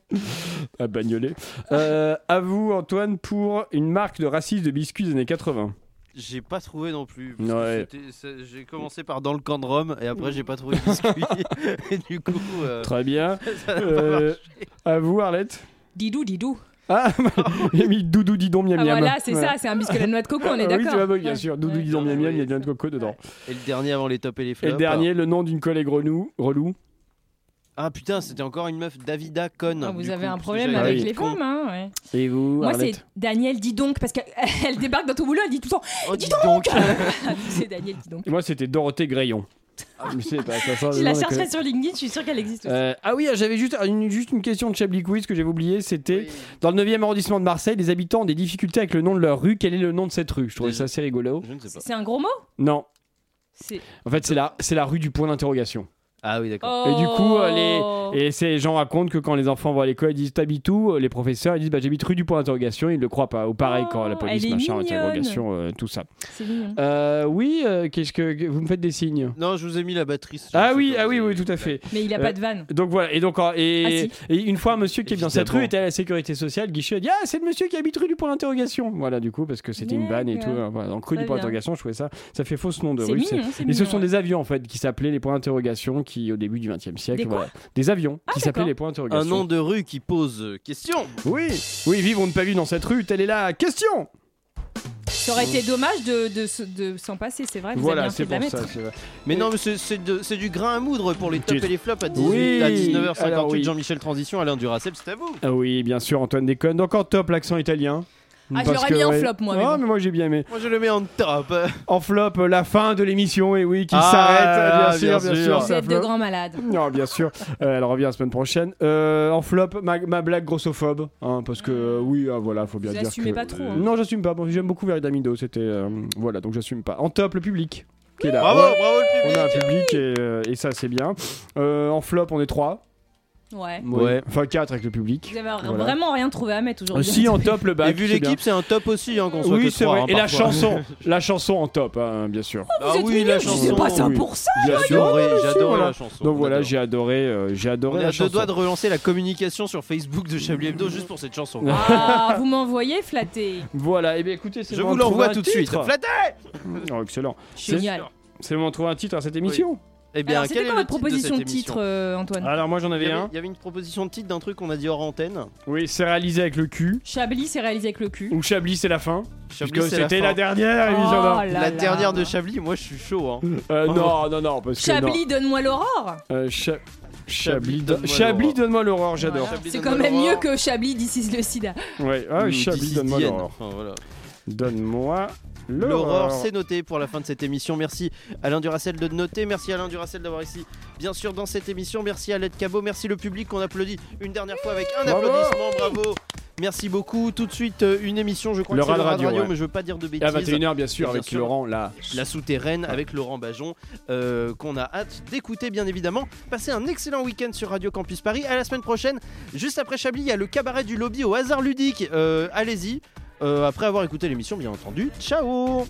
à bagnoler. Ah, Euh, à vous, Antoine, pour une marque de racisme de biscuits des années 80. J'ai pas trouvé non plus. parce que Ouais. c'était- c'est- J'ai commencé par dans le camp de Rome et après j'ai pas trouvé de biscuit. [laughs] et du coup. euh, Très bien. ça n'a pas Euh, marché. à vous, Arlette. Didou, didou. Ah, [laughs] j'ai mis Doudou Didon Miam Ah Miam. voilà, c'est Voilà. ça, c'est un biscuit à la noix de coco, on est Ah Oui, d'accord. c'est pas bon, bien sûr. Doudou Didon Miam Miam, il y a de la noix de coco dedans. Et le dernier avant les tops et les Et flops. le dernier, le nom d'une collègue renou- relou. Ah putain, c'était encore une meuf, Davida Con. Ah, vous avez un problème avec les femmes, hein ouais. Et vous, Moi, c'est Arlette Daniel, dis donc, parce qu'elle débarque dans ton boulot, [laughs] elle dit tout le temps [laughs] Oh, Dis dis donc donc. [laughs] C'est Daniel, dis donc. Et Moi, c'était Dorothée Grayon. Je sais Ah, pas, ça Oh sort Je le nom la de chercherai collègue. sur LinkedIn, je suis sûre qu'elle existe aussi. Euh, ah oui, j'avais juste une, juste une question de Chablis Quiz que j'avais oublié. C'était dans le 9e arrondissement de Marseille, les habitants ont des difficultés avec le nom de leur rue. Quel est le nom de cette rue Je trouvais ça assez rigolo. Je ne sais pas. C'est un gros mot Non, C'est- en fait, c'est la, c'est la rue du point d'interrogation. Ah oui, d'accord. Oh. Et du coup, euh, les, et ces gens racontent que quand les enfants vont à l'école, ils disent T'habites où Les professeurs, ils disent bah, J'habite rue du point d'interrogation. Ils ne le croient pas. Ou pareil, quand la Oh, police, elle est machin, mignonne. interrogation, euh, tout ça. C'est mignon. Euh, oui, euh, qu'est-ce que vous me faites des Oh. signes Non, je vous ai mis la batterie. Ah oui, ah oui, oui, tout à fait. Mais il a Euh, pas de vanne. Donc voilà, et donc en- Ah, et, et une fois un monsieur qui est dans cette Évidemment. rue était à la sécurité sociale, guichet a dit ah c'est le monsieur qui habite rue du point d'interrogation. Voilà du coup parce que c'était une vanne et tout. D'accord. hein, Voilà, donc rue Très du point bien. d'interrogation, je trouvais ça, ça fait fausse nom de bah C'est rue. mignon, c'est- c'est et mignon, ce sont ouais. des avions en fait qui s'appelaient les points d'interrogation, qui au début du XXe siècle, Des quoi Ah, voilà. des avions qui s'appelaient d'accord. les points d'interrogation. Un nom de rue qui pose euh, question. Oui, oui, vivons ne pas vivre dans cette rue, telle est la question. Ça aurait été dommage de, de, se- de s'en passer, c'est vrai. Ah, Vous avez Voilà, bien fait c'est de la pour ça. mettre. c'est vrai. Mais non, mais c'est- c'est de- c'est du grain à moudre pour les tops et les flops à, 18 Oui, à 19h58. alors oui. Jean-Michel Transition, Alain Duracep, c'est à vous. Ah oui, bien sûr, Antoine déconne. Donc en top, l'accent italien. Ah, je Parce l'aurais que, mis en ouais. flop, moi, mais Ah, bon. mais moi j'ai bien aimé. Moi, je le mets en top. En flop, euh, la fin de l'émission, et oui, qui Ah, s'arrête, euh, bien, bien sûr, bien sûr. sûr. Vous ça êtes de flop. grands malades. Non, bien sûr. Euh, elle revient la semaine prochaine. Euh, en flop, ma, ma blague grossophobe, hein, parce que euh, oui, ah, voilà, faut bien Vous dire. assumez que- pas trop, hein. Non, j'assume pas. Bon, J'aime beaucoup Veridamido, c'était euh, voilà, donc j'assume pas. En top, le public. Qui est là. Bravo, Ouais. bravo le On a un public. public et, euh, et ça c'est bien. Euh, en flop, on est trois. Ouais. Ouais. Enfin quatre avec le public. Vous avez Voilà. vraiment rien trouvé à mettre Euh, Ah, aujourd'hui. si en top le bac. Et vu c'est l'équipe, bien. c'est un top aussi, hein, qu'on soit que Oui, c'est trois, vrai. hein, Et la parfois. [laughs] chanson, la chanson en top, hein, bien sûr. Ah vous êtes oui, la mignons, je sais chanson, pas, c'est oui. [laughs] pour ça, Ah, J'ai voyons. adoré, j'ai adoré la chanson, Donc on voilà, adore. j'ai adoré, euh, j'ai On adoré est la à deux chanson. doigts de relancer la communication sur Facebook de Chablis Hebdo juste pour cette chanson. Ah, vous m'envoyez flatté. Voilà, et bien écoutez, c'est Je bon, vous on trouve l'envoie un tout de suite. titre. Flatté Oh, excellent. Génial. C'est- C'est le moment de trouver un titre à cette émission. Eh Alors, c'était quoi votre proposition de titre, euh, Antoine Alors moi j'en Il avais y, avait, un. il y avait une proposition de titre d'un truc qu'on a dit hors antenne. Oui, c'est réalisé avec le cul. Chablis, c'est réalisé avec le cul. Ou Chablis, c'est la fin. Chablis, puisque c'est la c'était fin. la, dernière émission. Oh non. là La dernière de Chablis, moi je suis chaud. Hein. Euh, non, non, non, parce que non. Chablis, donne-moi l'aurore. Euh, Cha- Chablis, Chablis, donne-moi Chablis, donne-moi l'aurore, j'adore. Voilà. Chablis, C'est donne-moi quand même l'aurore. mieux que Chablis d'ici le sida. Ouais, ah, Mmh, Chablis, d'ici donne-moi Dienne. l'aurore. Enfin, voilà. Donne-moi L'aurore, l'aurore. c'est noté pour la fin de cette émission. Merci Alain Duracel de noter. Merci Alain Duracel d'avoir ici, bien sûr, dans cette émission. Merci à Alette Cabot. Merci le public qu'on applaudit une dernière fois avec un Bravo. applaudissement. Bravo. Merci beaucoup. Tout de suite, euh, une émission. Je crois Le que c'est Rad le Rad Radio, Radio, ouais. Ah, bah, mais je veux pas dire de Et bêtises. à 21h, bien Et sûr, avec sûr, Laurent, là. La souterraine avec Laurent Bajon, euh, qu'on a hâte d'écouter bien évidemment. Passez un excellent week-end sur Radio Campus Paris. À la semaine prochaine, juste après Chablis, il y a le cabaret du lobby au hasard ludique. Euh, Allez-y, Euh, après avoir écouté l'émission, bien entendu. Ciao